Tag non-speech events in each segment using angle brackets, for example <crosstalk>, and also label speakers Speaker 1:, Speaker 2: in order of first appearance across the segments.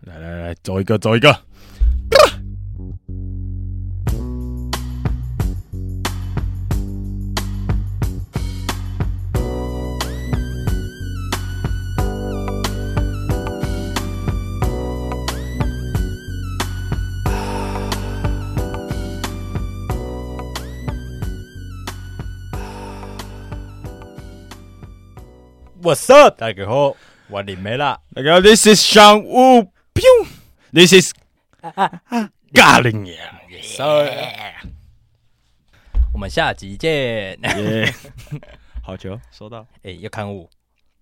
Speaker 1: 来来来，走一个，走一个。
Speaker 2: What's up？大家好，我李梅啦。
Speaker 1: 大家好，This is 商务 p t h i s is 咖喱羊。
Speaker 2: <laughs> 我们下集见。 <laughs> 哎、
Speaker 1: 耶，好球，收到。
Speaker 2: 要看我，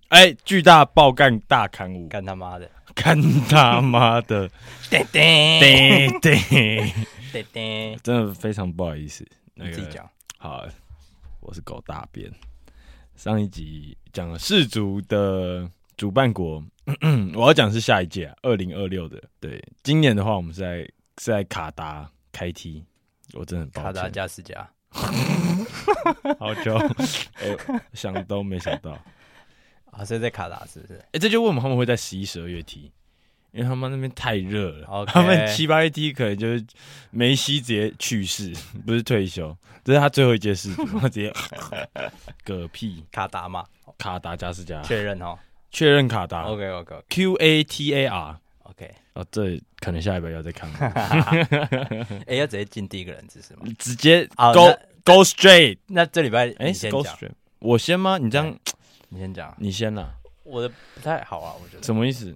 Speaker 1: 哎，巨大爆干大刊物，
Speaker 2: 干他妈的！
Speaker 1: 干他妈的！
Speaker 2: <laughs> 叮叮
Speaker 1: 对对，
Speaker 2: 叮叮，
Speaker 1: <laughs> 真的非常不好意思。那
Speaker 2: 你
Speaker 1: 个
Speaker 2: 自己讲。
Speaker 1: 好，我是狗大便。上一集讲了世足的主办国， <clears throat> 我要讲是下一届啊二零二六的。对，今年的话，我们是在是在卡达开踢。我真的很抱
Speaker 2: 卡
Speaker 1: 歉，
Speaker 2: 达加斯加，
Speaker 1: 好
Speaker 2: <laughs>
Speaker 1: 久，哎、想都没想到。
Speaker 2: 啊，所以在卡达是不是？
Speaker 1: 哎、这就为什么他们会在十一、十二月踢，因为他们那边太热了。
Speaker 2: OK
Speaker 1: 他们七八月踢，可能就是梅西直接去世， <laughs> 不是退休，这是他最后一届世
Speaker 2: <laughs>
Speaker 1: 足，他直接嗝屁。
Speaker 2: 卡达嘛，
Speaker 1: 卡达加斯加
Speaker 2: 确认哦。
Speaker 1: 确认卡达
Speaker 2: OK OK OK
Speaker 1: Q A T A R。
Speaker 2: OK，
Speaker 1: 哦，这可能下一秒要再看
Speaker 2: <laughs>
Speaker 1: 了，
Speaker 2: 哎，要直接进第一个人姿势吗？
Speaker 1: 直接
Speaker 2: 好
Speaker 1: go go straight。
Speaker 2: 那这礼拜
Speaker 1: 哎
Speaker 2: 你先
Speaker 1: ，go
Speaker 2: 讲，
Speaker 1: straight，我先吗？你这样，
Speaker 2: 你先讲。啊
Speaker 1: 你先啦，
Speaker 2: 我的不太好啊，我觉得，
Speaker 1: 什么意思？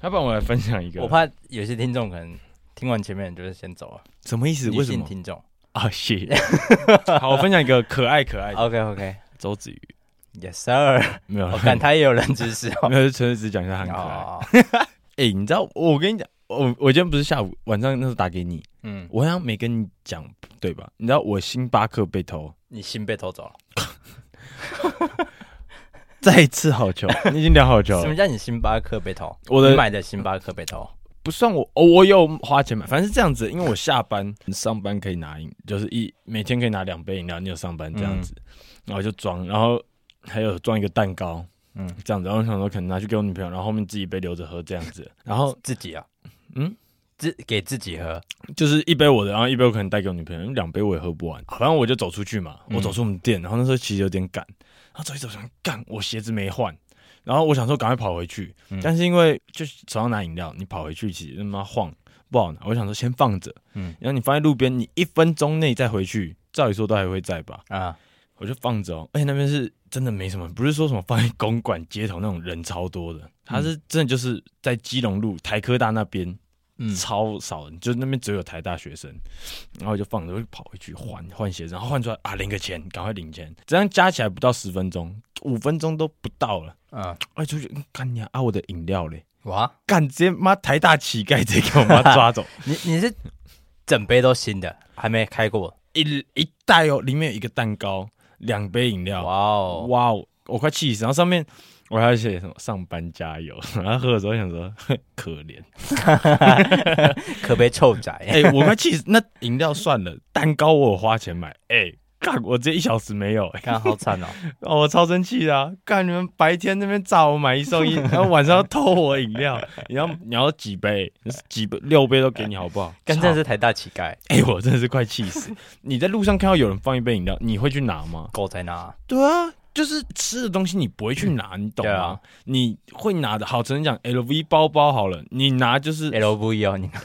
Speaker 1: 要不然我来分享一个，
Speaker 2: 我怕有些听众可能听完前面就是先走了，
Speaker 1: 什么意思？
Speaker 2: 女
Speaker 1: 为什
Speaker 2: 性
Speaker 1: 么
Speaker 2: 听众。 <laughs>
Speaker 1: 啊？谢。 <laughs> 好，我分享一个可爱可爱的
Speaker 2: OK OK。
Speaker 1: 周子瑜，
Speaker 2: Yes sir， <laughs>
Speaker 1: 没有啦
Speaker 2: 我看他也有人知识
Speaker 1: <laughs>
Speaker 2: 哦。
Speaker 1: 没有，纯粹只讲一下他很可爱。
Speaker 2: 哦，
Speaker 1: 哎，你知道我跟你讲，我我今天不是下午晚上那时候打给你，
Speaker 2: 嗯，
Speaker 1: 我好像没跟你讲对吧？你知道我星巴克被
Speaker 2: <laughs>
Speaker 1: 偷，
Speaker 2: 你心被偷走了？
Speaker 1: 再一次好
Speaker 2: <laughs>
Speaker 1: 球，你已经聊好球
Speaker 2: 什么
Speaker 1: 了。
Speaker 2: 叫你星巴克被偷？
Speaker 1: 啊我
Speaker 2: 你
Speaker 1: 的
Speaker 2: 买的星巴克被偷？
Speaker 1: 不算我，哦，我有花钱买，反正是这样子，因为我下
Speaker 2: <laughs>
Speaker 1: 班上班可以拿饮，就是一每天可以拿两杯饮料，你有上班这样
Speaker 2: 嗯
Speaker 1: 子，然后就装，然后还有装一个蛋糕，嗯
Speaker 2: 嗯，
Speaker 1: 这样子，然后我想说可能拿去给我女朋友，然后后面自己一杯留着喝这样
Speaker 2: <laughs>
Speaker 1: 子，然后
Speaker 2: 自己啊？
Speaker 1: 哦嗯，
Speaker 2: 自给自己喝。
Speaker 1: 就是一杯我的，然后一杯我可能带给我女朋友，因为两杯我也喝不完，
Speaker 2: 哦
Speaker 1: 反正我就走出去嘛，我
Speaker 2: 嗯
Speaker 1: 走出我们店，然后那时候其实有点赶，然后走一走想干，我鞋子没换。然后我想说赶快跑回去，
Speaker 2: 嗯
Speaker 1: 但是因为就是手上拿饮料，你跑回去其实他妈晃不好拿。我想说先放着，
Speaker 2: 嗯
Speaker 1: 然后你放在路边，你一分钟内再回去，照理说都还会在吧？
Speaker 2: 啊，
Speaker 1: 我就放着哦，而且那边是真的没什么，不是说什么放在公馆街头那种人超多的，它是真的就是在基隆路台科大那边
Speaker 2: 嗯
Speaker 1: 超少人，就那边只有台大学生，然后我就放着，我就跑回去换换鞋子，然后换出来啊，领个钱，赶快领钱，这样加起来不到十分钟，五分钟都不到了，
Speaker 2: 嗯，
Speaker 1: 哎，出去嗯干你啊，啊我的饮料嘞，
Speaker 2: 哇，
Speaker 1: 干直接妈台大乞丐直接给我妈抓
Speaker 2: <laughs>
Speaker 1: 走，
Speaker 2: 你你是整杯都新的，还没开过？
Speaker 1: 一一袋哦，里面有一个蛋糕，两杯饮料，
Speaker 2: 哇哦，
Speaker 1: 哇哦，我快气死！然后上面我还要写什么“上班加油”， <laughs> 然后喝的时候想说 <laughs> 哼可
Speaker 2: <laughs>
Speaker 1: 怜，
Speaker 2: 可悲臭仔。
Speaker 1: <laughs> 哎、我快气死！那饮料算了，蛋糕我有花钱买，哎、干我这一小时没有、哎 <laughs>
Speaker 2: 看好惨哦！
Speaker 1: 哦，我超生气的、啊！干你们白天那边炸我买一送
Speaker 2: <laughs>
Speaker 1: 一，然后晚上要偷我饮料，你要你要几杯？几杯六杯都给你好不好？
Speaker 2: 干真的是台大乞丐，
Speaker 1: 哎、我真的是快气死！ <laughs> 你在路上看到有人放一杯饮料，你会去拿吗？
Speaker 2: 狗在哪？
Speaker 1: 对啊，就是吃的东西你不会去拿，你懂吗？
Speaker 2: 对啊
Speaker 1: 你会拿的，好，只能讲 LV 包包好了，你拿就是，
Speaker 2: L V 哦，你看，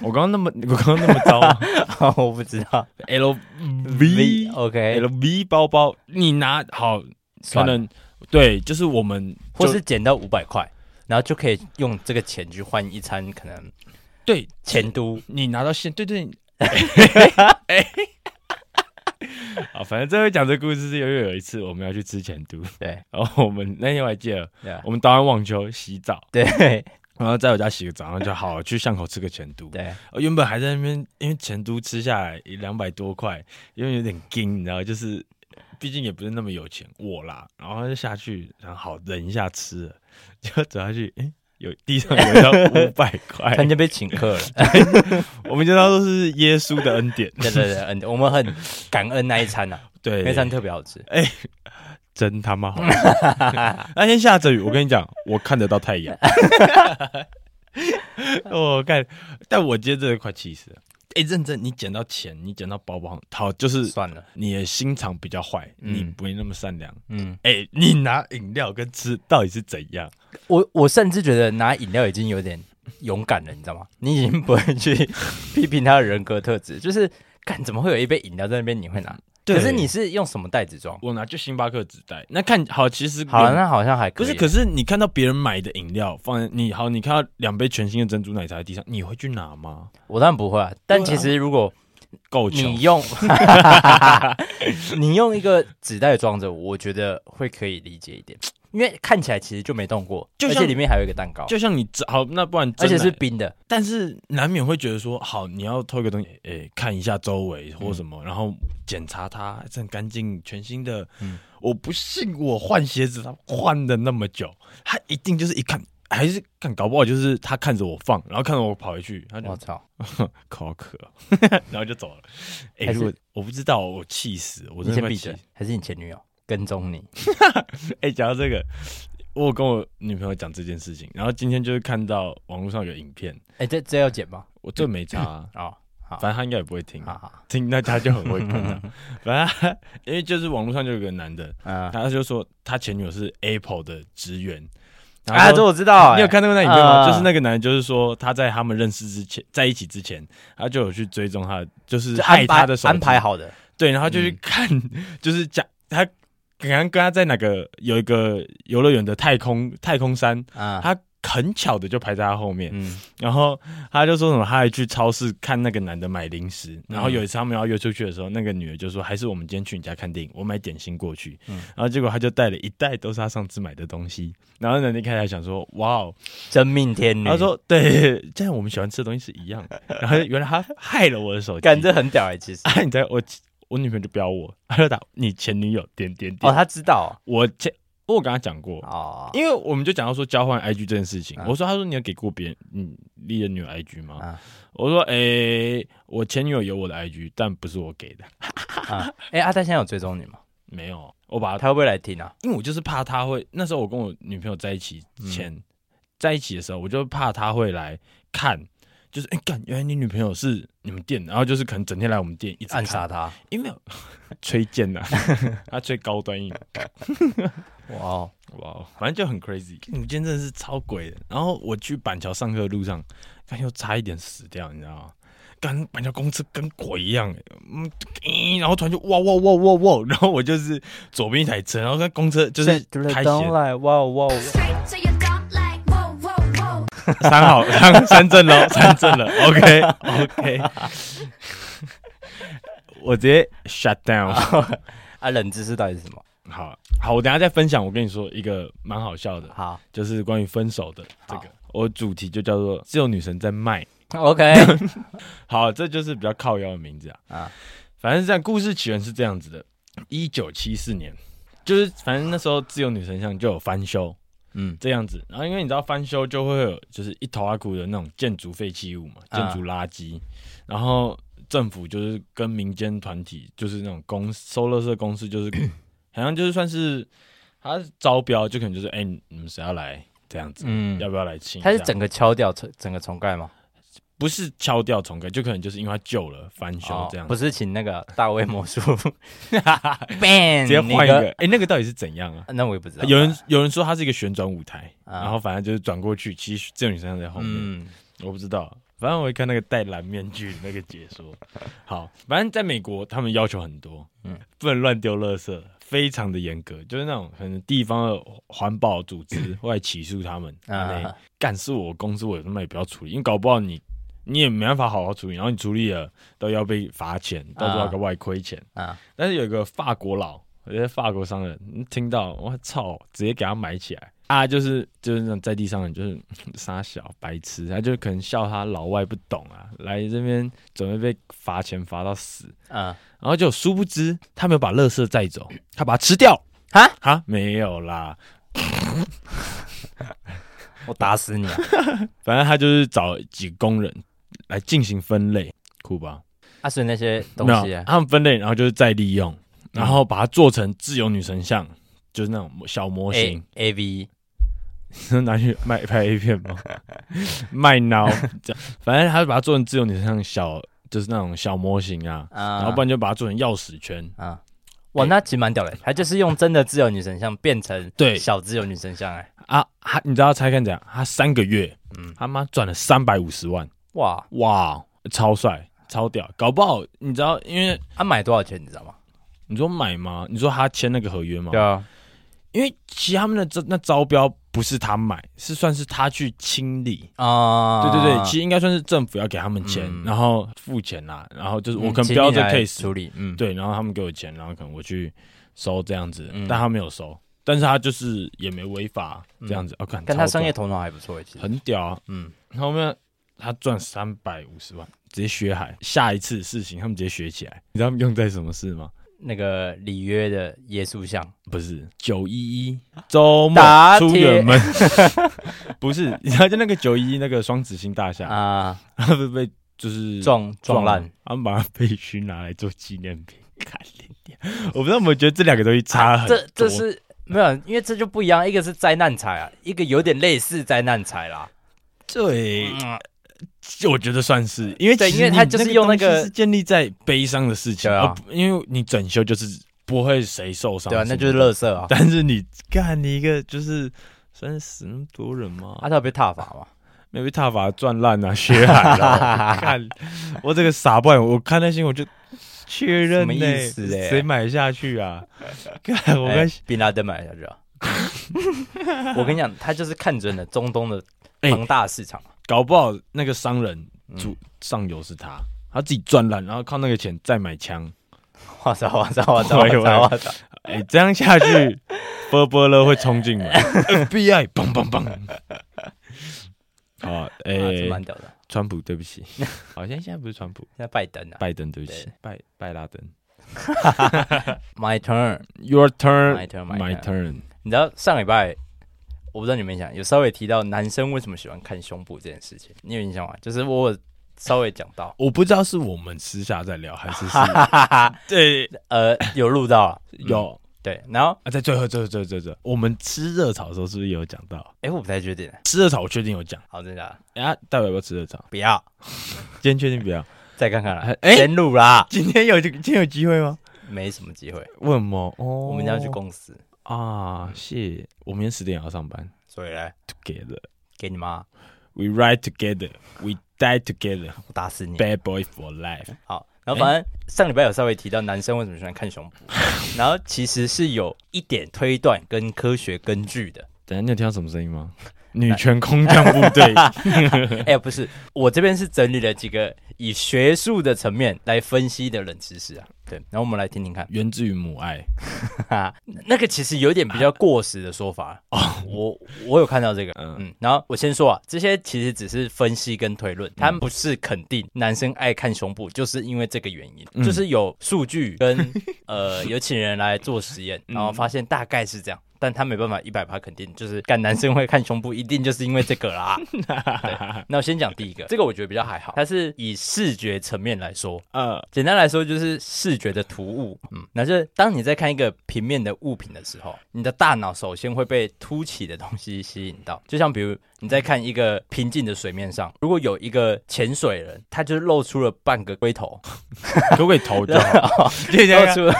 Speaker 1: 我刚刚那么， <laughs> 我刚刚那么糟
Speaker 2: <laughs>
Speaker 1: 吗
Speaker 2: 我不知道。
Speaker 1: ，LV
Speaker 2: OK，
Speaker 1: LV 包包，你拿好，可
Speaker 2: 算了，
Speaker 1: 能对，就是我们就
Speaker 2: 或是捡到五百块，然后就可以用这个钱去换一餐，可能
Speaker 1: 对
Speaker 2: 前都
Speaker 1: 你拿到现，对对。
Speaker 2: <laughs>
Speaker 1: 哎， <laughs> 好，反正最后讲这故事是因为有一次我们要去吃前都， <laughs>
Speaker 2: 对
Speaker 1: 然后我们那天我还记得，
Speaker 2: 对啊
Speaker 1: 我们打完网球洗澡，
Speaker 2: 对
Speaker 1: 然后在我家洗个澡，然后就好去巷口吃个前都， <laughs>
Speaker 2: 对，
Speaker 1: 我哦原本还在那边，因为成都吃下来两百多块，因为有点惊，你知道，就是毕竟也不是那么有钱，我啦，然后就下去，然后好忍一下吃了，就走下去，哎、有地上有一张五百块，
Speaker 2: <laughs> 他就被请客了。
Speaker 1: 我们就当做是耶稣的恩典，
Speaker 2: <laughs> 对对对，嗯，我们很感恩那一餐呐，
Speaker 1: <laughs> 对，
Speaker 2: 那一餐特别好吃。
Speaker 1: 真他 <laughs> 妈好吃。那天下着雨，我跟你讲，我看得到太阳。我看，哦但我接这个快气死了。哎、认真，你捡到钱，你捡到包包，好，就是
Speaker 2: 算了，
Speaker 1: 你的心肠比较坏，
Speaker 2: 嗯
Speaker 1: 你没那么善良。
Speaker 2: 嗯，
Speaker 1: 哎、你拿饮料跟吃到底是怎样？
Speaker 2: 我我甚至觉得拿饮料已经有点勇敢了，你知道吗？你已经不会去 <laughs> 批评他的人格特质，就是干怎么会有一杯饮料在那边你会
Speaker 1: 嗯
Speaker 2: 拿？可是你是用什么袋子装？
Speaker 1: 我拿就星巴克纸袋，那看好，其实
Speaker 2: 好了，啊
Speaker 1: 有
Speaker 2: 那好像还可
Speaker 1: 不
Speaker 2: 以
Speaker 1: 是，可是你看到别人买的饮料放在你好，你看到两杯全新的珍珠奶茶在地上，你会去拿吗？
Speaker 2: 我当然不会啊。但其实如果
Speaker 1: 够穷
Speaker 2: 你，用， <laughs> 你用一个纸袋装着，我觉得会可以理解一点，因为看起来其实就没动过，
Speaker 1: 就
Speaker 2: 而
Speaker 1: 像
Speaker 2: 且里面还有一个蛋糕，
Speaker 1: 就像你这好，那不然
Speaker 2: 而
Speaker 1: 真的
Speaker 2: 且是冰的。
Speaker 1: 但是难免会觉得说，好，你要偷一个东西，
Speaker 2: 嗯
Speaker 1: 诶、看一下周围或什么，然后检查它，这很干净，全新的。
Speaker 2: 嗯
Speaker 1: 我不信我换鞋子，他换的那么久，他一定就是一看，还是看，搞不好就是他看着我放，然后看着我跑回去，他就
Speaker 2: 我操！
Speaker 1: 口好渴，哦
Speaker 2: <laughs>
Speaker 1: 然后就走了。诶、
Speaker 2: 还是
Speaker 1: 如果我不知道，我气死，我
Speaker 2: 你
Speaker 1: 真的
Speaker 2: 先
Speaker 1: 快
Speaker 2: 闭
Speaker 1: 气
Speaker 2: 嘴
Speaker 1: 死。，
Speaker 2: 还是你前女友跟踪你？
Speaker 1: 哎、讲到这个，我有跟我女朋友讲这件事情，然后今天就是看到网络上有影片，
Speaker 2: 哎、这这要剪吗？
Speaker 1: 我这没查、啊，
Speaker 2: 哦，好，
Speaker 1: 反正她应该也不会听。啊
Speaker 2: 好好，
Speaker 1: 听那他就很会喷
Speaker 2: <laughs>
Speaker 1: 了。反正他因为就是网络上就有个男的，
Speaker 2: 嗯、
Speaker 1: 他就说他前女友是 Apple 的职员。然
Speaker 2: 啊，
Speaker 1: 后
Speaker 2: 这
Speaker 1: 说
Speaker 2: 我知道、哎
Speaker 1: 你有看到过那影片吗？
Speaker 2: 嗯
Speaker 1: 就是那个男的，就是说他在他们认识之前，在一起之前，他就有去追踪他，就是
Speaker 2: 就
Speaker 1: 害
Speaker 2: 安排
Speaker 1: 他的手机
Speaker 2: 安排啊嗯好的，
Speaker 1: 对，然后就去看，就是讲他刚刚跟他在哪个有一个游乐园的太空太空山，
Speaker 2: 啊，
Speaker 1: 他很巧的就排在他后面，
Speaker 2: 嗯，
Speaker 1: 然后他就说什么，他还去超市看那个男的买零食。
Speaker 2: 嗯
Speaker 1: 然后有一次他们要约出去的时候，那个女的就说：“还是我们今天去你家看电影，我买点心过去。
Speaker 2: 嗯
Speaker 1: 然后结果他就带了一袋都是他上次买的东西。然后呢，你开始还想说：“哇哦！”
Speaker 2: 真命天女，
Speaker 1: 他说：“对，这样我们喜欢吃的东西是一样
Speaker 2: <laughs>
Speaker 1: 的。”然后原来他害了我的手机。
Speaker 2: 干这很屌哎、其实，
Speaker 1: 啊！你在我我女朋友就飙我，他就打你前女友点点
Speaker 2: 哦，
Speaker 1: 点。
Speaker 2: 他知道
Speaker 1: 我前我跟他讲过，
Speaker 2: 哦，
Speaker 1: 因为我们就讲到说交换 IG 这件事情，
Speaker 2: 啊
Speaker 1: 我说他说你有给过别人你丽人女友 IG 吗？
Speaker 2: 啊
Speaker 1: 我说诶、我前女友有我的 IG，但不是我给的，
Speaker 2: 啊，哎、阿丹现在有追踪你吗？
Speaker 1: 没有，我把他，
Speaker 2: 他会不会来听啊？
Speaker 1: 因为我就是怕他会，那时候我跟我女朋友在一起前，
Speaker 2: 嗯
Speaker 1: 在一起的时候，我就怕他会来看。就是哎，干、原来你女朋友是你们店的，然后就是可能整天来我们店一直看
Speaker 2: 暗杀，他？
Speaker 1: 因为没有吹剑 <laughs> 呐、他吹高端音，
Speaker 2: 哇哦，
Speaker 1: 哇哦，反正就很 crazy。你们今天真的是超鬼的。然后我去板桥上课的路上，看又差一点死掉，你知道吗？干板桥公车跟鬼一样、欸，嗯，咦然后突然就哇哇哇哇哇，然后我就是左边一台车，然后那公车就是开
Speaker 2: 灯
Speaker 1: 斜
Speaker 2: 来，哇哦哇哦，
Speaker 3: Straight to your dump like whoa whoa whoa.
Speaker 1: 三
Speaker 2: <laughs>
Speaker 1: 好三三正了，三正了，OK OK，我直接 shut down。
Speaker 2: 啊，冷知识到底是什么？
Speaker 1: 好好，我等一下再分享。我跟你说一个蛮好笑的， <laughs>
Speaker 2: 好
Speaker 1: 就是关于分手的这
Speaker 2: 好
Speaker 1: 个，我主题就叫做“只有女神在卖”。 <laughs>
Speaker 2: ，OK，
Speaker 1: 好，这就是比较靠腰的名字啊。
Speaker 2: 啊，
Speaker 1: 反正是这样，故事起源是这样子的：一九七四年，就是反正那时候自由女神像就有翻修
Speaker 2: 嗯
Speaker 1: 这样子，然后因为你知道翻修就会有就是一头阿苦的那种建筑废弃物嘛，
Speaker 2: 啊
Speaker 1: 建筑垃圾，然后政府就是跟民间团体，就是那种公收垃圾公司，就是
Speaker 2: <coughs>
Speaker 1: 好像就是算是他招标，就可能就是哎、你们谁要来这样子，
Speaker 2: 嗯
Speaker 1: 要，不要来清一下？
Speaker 2: 他是整个敲掉，整整个重盖吗？
Speaker 1: 不是敲掉重盖，就可能就是因为它旧了翻修这样子
Speaker 2: 哦不是请那个大卫
Speaker 1: <laughs>
Speaker 2: 魔术 <laughs> ，ban
Speaker 1: 直接换一
Speaker 2: 那
Speaker 1: 个。哎、那个到底是怎样啊？
Speaker 2: 啊那我也不知道。
Speaker 1: 有人有人说它是一个旋转舞台，
Speaker 2: 啊
Speaker 1: 然后反正就是转过去，其实这种女生在后面，
Speaker 2: 嗯
Speaker 1: 我不知道。反正我一看那个戴蓝面具的那个解 <laughs> 说，好，反正在美国他们要求很多，嗯
Speaker 2: 嗯，
Speaker 1: 不能乱丢垃圾，非常的严格，就是那种可能地方的环保组 <laughs> 织会来起诉他们，啊、
Speaker 2: 啊
Speaker 1: 干是我公司，我他妈也不要处理，因为搞不好你你也没办法好好处理，然后你处理了都要被罚钱，到时候要
Speaker 2: 啊
Speaker 1: 搞外亏钱。
Speaker 2: 啊，
Speaker 1: 但是有一个法国佬，有些法国商人嗯听到，我操，直接给他买起来啊！就是就是那种在地商人，就是傻小白痴，啊他就可能笑他老外不懂啊，来这边准备被罚钱罚到死，
Speaker 2: 嗯，
Speaker 1: 然后就殊不知他没有把垃圾载走，他把它吃掉
Speaker 2: 哈
Speaker 1: 哈，没有啦，
Speaker 2: 我打死你啊！
Speaker 1: 反正他就是找几个工人来进行分类，酷吧？
Speaker 2: <laughs> 啊，所以那些东
Speaker 1: 没有，
Speaker 2: 西啊，嗯
Speaker 1: 他们分类，然后就是再利用，然后把它做成自由女神像，就是那种小模型。
Speaker 2: A A V
Speaker 1: <laughs> 拿去卖拍 A 片吗？ <laughs> 卖孬，这样 <laughs> 反正他就把它做成自由女神像小，就是那种小模型啊，
Speaker 2: 啊
Speaker 1: 然后不然就把它做成钥匙圈。
Speaker 2: 啊，哇，那其实蛮屌的，他就是用真的自由女神像变成
Speaker 1: 对
Speaker 2: 小自由女神像，哎，
Speaker 1: 啊，他你知道他猜看怎样？他三个月，
Speaker 2: 嗯
Speaker 1: 嗯，他妈赚了三百五十万，
Speaker 2: 哇，
Speaker 1: 哇，超帅，超屌！搞不好你知道，因为
Speaker 2: 他啊买多少钱你知道吗？
Speaker 1: 你说买吗？你说他签那个合约吗？
Speaker 2: 啊，
Speaker 1: 因为其实他们的这那招标不是他买，是算是他去清理。
Speaker 2: 啊，
Speaker 1: 对对对，其实应该算是政府要给他们钱，
Speaker 2: 嗯
Speaker 1: 然后付钱啦，然后就是
Speaker 2: 嗯
Speaker 1: 我可能
Speaker 2: 请
Speaker 1: 标
Speaker 2: 你
Speaker 1: 这
Speaker 2: 来
Speaker 1: case，
Speaker 2: 处理，嗯，
Speaker 1: 对，然后他们给我钱，然后可能我去收这样子，
Speaker 2: 嗯
Speaker 1: 但他没有收，但是他就是也没违法这样子。哦，看，
Speaker 2: 但嗯他
Speaker 1: 超
Speaker 2: 商业
Speaker 1: 屌
Speaker 2: 头脑还不错，其实，
Speaker 1: 很屌啊，
Speaker 2: 嗯，
Speaker 1: 后面他赚三百五十万，直接学海。下一次事情他们直接学起来，你知道他们用在什么事吗？
Speaker 2: 那个里约的耶稣像，
Speaker 1: 不是九一一周
Speaker 2: 打
Speaker 1: 末
Speaker 2: 铁
Speaker 1: 出远门， <laughs> 不是，你知道就那个九一一那个双子星大厦，
Speaker 2: 啊，
Speaker 1: 他被被就是
Speaker 2: 撞撞烂，，
Speaker 1: 他们把它废墟拿来做纪念品，看你娘我不知道，我觉得这两个东西差很多。
Speaker 2: 啊这这是没有，因为这就不一样，一个是灾难财啊，一个有点类似灾难财啦。
Speaker 1: 对，
Speaker 2: 嗯，
Speaker 1: 我觉得算是，因为
Speaker 2: 对
Speaker 1: 其实
Speaker 2: 因为他
Speaker 1: 你
Speaker 2: 就是用那个
Speaker 1: 东西是建立在悲伤的事情，
Speaker 2: 对啊
Speaker 1: 而不因为你整修就是不会谁受伤，
Speaker 2: 对啊，那就是垃。圾啊。
Speaker 1: 但是你干你一个就是三十那么多人嘛，
Speaker 2: 啊阿特被踏伐
Speaker 1: <laughs>
Speaker 2: 嘛？哎
Speaker 1: 没被踏法赚烂啊，血海 <laughs> 了。看我这个傻不然，我看那新闻我就确认
Speaker 2: 什么
Speaker 1: 呢、
Speaker 2: 意思欸
Speaker 1: 谁买下去啊？ <laughs> 看我
Speaker 2: 哎
Speaker 1: 跟、
Speaker 2: 宾拉登买下去啊。
Speaker 1: <laughs>
Speaker 2: 我跟你讲，他就是看准了中东的
Speaker 1: 哎嗯
Speaker 2: 庞大市场， <laughs>
Speaker 1: 搞不好那个商人主、上游是他，他自己赚烂，然后靠那个钱再买枪。
Speaker 2: 哇塞
Speaker 1: <laughs>
Speaker 2: 哇塞哇塞哇
Speaker 1: 喂
Speaker 2: 塞
Speaker 1: 喂
Speaker 2: 哇塞！
Speaker 1: 哎、这样下 <laughs> 去，波波勒会冲进 <laughs> 来，FBI 砰砰砰。 <laughs> 好，哎、
Speaker 2: 啊这蛮屌的。
Speaker 1: 川普，对不起， <laughs> 好像现在不是川普，
Speaker 2: 现在拜登啊
Speaker 1: 拜登，对不起
Speaker 2: 对，
Speaker 1: 拜拜拉登。
Speaker 2: ，My turn。
Speaker 1: Your turn,
Speaker 2: My turn, my
Speaker 1: my turn。，
Speaker 2: 你知道上礼拜，我不知道你们想有稍微提到男生为什么喜欢看胸部这件事情，你有印象吗？就是我有稍微讲到
Speaker 1: 我不知道是我们私下在聊，还是是
Speaker 2: 哈哈哈，
Speaker 1: <laughs> 对嗯
Speaker 2: 呃，有录到了，
Speaker 1: <laughs> 有
Speaker 2: 对，然后
Speaker 1: 啊，在最后、最后、最后、最后最后，我们吃热炒的时候是不是也有讲到？
Speaker 2: 哎、我不太确定，
Speaker 1: 吃热炒我确定有讲，
Speaker 2: 好，真的假的
Speaker 1: 哎、啊，代表要不要吃热炒？
Speaker 2: 不要
Speaker 1: 今天确定不要？
Speaker 2: 再看看了，
Speaker 1: 哎
Speaker 2: 先录啦，
Speaker 1: 今天有今天有机会吗？
Speaker 2: 没什么机会，
Speaker 1: 为什么？哦，
Speaker 2: 我
Speaker 1: 我
Speaker 2: 们要去公司，
Speaker 1: 啊，谢，我明天十点也要上班。
Speaker 2: 所以呢，
Speaker 1: Together,
Speaker 2: 给你妈，
Speaker 1: we ride together, we die together,
Speaker 2: 我打死你。
Speaker 1: bad boy for life。
Speaker 2: 好，然后反正上礼拜有稍微提到男生为什么喜欢看胸部，然后其实是有一点推断跟科学根据的。
Speaker 1: 等一下你有听到什么声音吗？ <laughs> 女权空降部 <laughs> 队，
Speaker 2: 哎、不是，我这边是整理了几个以学术的层面来分析的冷知识啊。对，然后我们来听听看。
Speaker 1: 源自于母爱。
Speaker 2: 哈， <laughs> 那个其实有点比较过时的说法哦。我我有看到这个，
Speaker 1: 嗯
Speaker 2: 嗯，然后我先说啊，这些其实只是分析跟推
Speaker 1: 嗯
Speaker 2: 论，他们不是肯定男生爱看胸部，就是因为这个原因，
Speaker 1: 嗯
Speaker 2: 就是有数据
Speaker 1: <laughs>
Speaker 2: 跟呃有请人来做实验，
Speaker 1: 嗯
Speaker 2: 然后发现大概是这样。但他没办法一百趴肯定，就是干男生会看胸部，一定就是因为这
Speaker 1: <laughs>
Speaker 2: 个啦。对，那我先讲第一个，这个我觉得比较还好，它是以视觉层面来说，
Speaker 1: 呃，
Speaker 2: 简单来说就是视觉的突兀，嗯，那就是当你在看一个平面的物品的时候，你的大脑首先会被凸起的东西吸引到，就像比如你在看一个平静的水面上，如果有一个潜水人，他就是露出了半个龟头，
Speaker 1: 可不可以投就好？<laughs>
Speaker 2: 露
Speaker 1: 对啊对
Speaker 2: 出了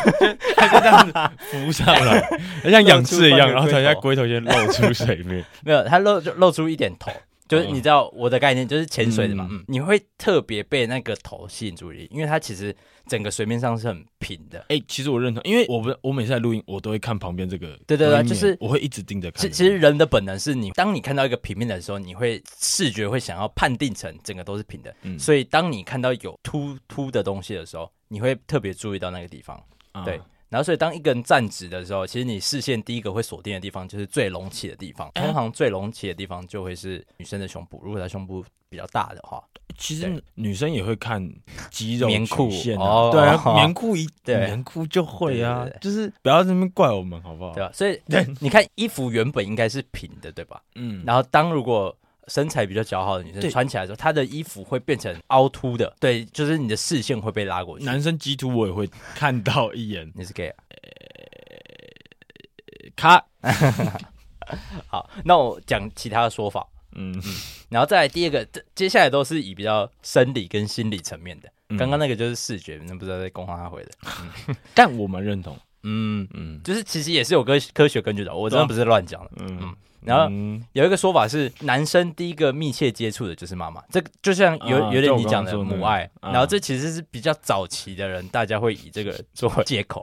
Speaker 1: 他就这样子 <laughs> 浮上来，像仰视一样，然后等一下龟头先露出水面。
Speaker 2: 没有，他露就露出一点
Speaker 1: <laughs>
Speaker 2: 头。就是你知道我的概念就是潜水的嘛，
Speaker 1: 嗯
Speaker 2: 你会特别被那个头吸引注意力，因为它其实整个水面上是很平的，
Speaker 1: <laughs> 哎、其实我认同，因为我不我每次在录音，我都会看旁边这个。
Speaker 2: 对对对就是
Speaker 1: 我会一直盯着看
Speaker 2: 其
Speaker 1: 有没有。
Speaker 2: 其实人的本能是你，当你看到一个平面的时候，你会视觉会想要判定成整个都是平的，
Speaker 1: 嗯
Speaker 2: 所以当你看到有突突的东西的时候，你会特别注意到那个地方。
Speaker 1: 啊
Speaker 2: 对，然后所以当一个人站直的时候，其实你视线第一个会锁定的地方就是最隆起的地方，
Speaker 1: 哎
Speaker 2: 通常最隆起的地方就会是女生的胸部，如果她胸部比较大的话，
Speaker 1: 其
Speaker 2: 对
Speaker 1: 实女生也会看肌肉
Speaker 2: 棉裤
Speaker 1: 曲线
Speaker 2: 哦
Speaker 1: 啊，对啊
Speaker 2: 哦，
Speaker 1: 棉裤一
Speaker 2: 对
Speaker 1: 棉裤就会啊
Speaker 2: 对对对，
Speaker 1: 就是不要在那边怪我们好不好
Speaker 2: 对？吧？啊所以你看衣服原本应该是平的，对吧？
Speaker 1: 嗯，
Speaker 2: 然后当如果身材比较姣好的女生
Speaker 1: 对
Speaker 2: 穿起来的时候，她的衣服会变成凹凸的，对，就是你的视线会被拉过去。
Speaker 1: 男生鸡突我也会
Speaker 2: <laughs>
Speaker 1: 看到一眼，
Speaker 2: 你是 gay，啊
Speaker 1: 咔，
Speaker 2: 好，那我讲其他的说法，
Speaker 1: 嗯，
Speaker 2: 然后再来第二个，这接下来都是以比较生理跟心理层面的。
Speaker 1: 嗯
Speaker 2: 刚刚那个就是视觉，那不知道在公方他回的。
Speaker 1: 但我蛮认同，
Speaker 2: 嗯，
Speaker 1: 嗯
Speaker 2: 就是其实也是有科科学根据的，我真
Speaker 1: 对
Speaker 2: 的
Speaker 1: 啊
Speaker 2: 不是乱讲的。
Speaker 1: 嗯，
Speaker 2: 然后
Speaker 1: 嗯
Speaker 2: 有一个说法是，男生第一个密切接触的就是妈妈，这个就像有
Speaker 1: 啊
Speaker 2: 有
Speaker 1: 就
Speaker 2: 点
Speaker 1: 我
Speaker 2: 你
Speaker 1: 刚
Speaker 2: 讲
Speaker 1: 刚
Speaker 2: 的
Speaker 1: 说的那
Speaker 2: 母
Speaker 1: 个
Speaker 2: 爱，
Speaker 1: 啊
Speaker 2: 然后这其实是比较早期的人，大家会以这个作为借口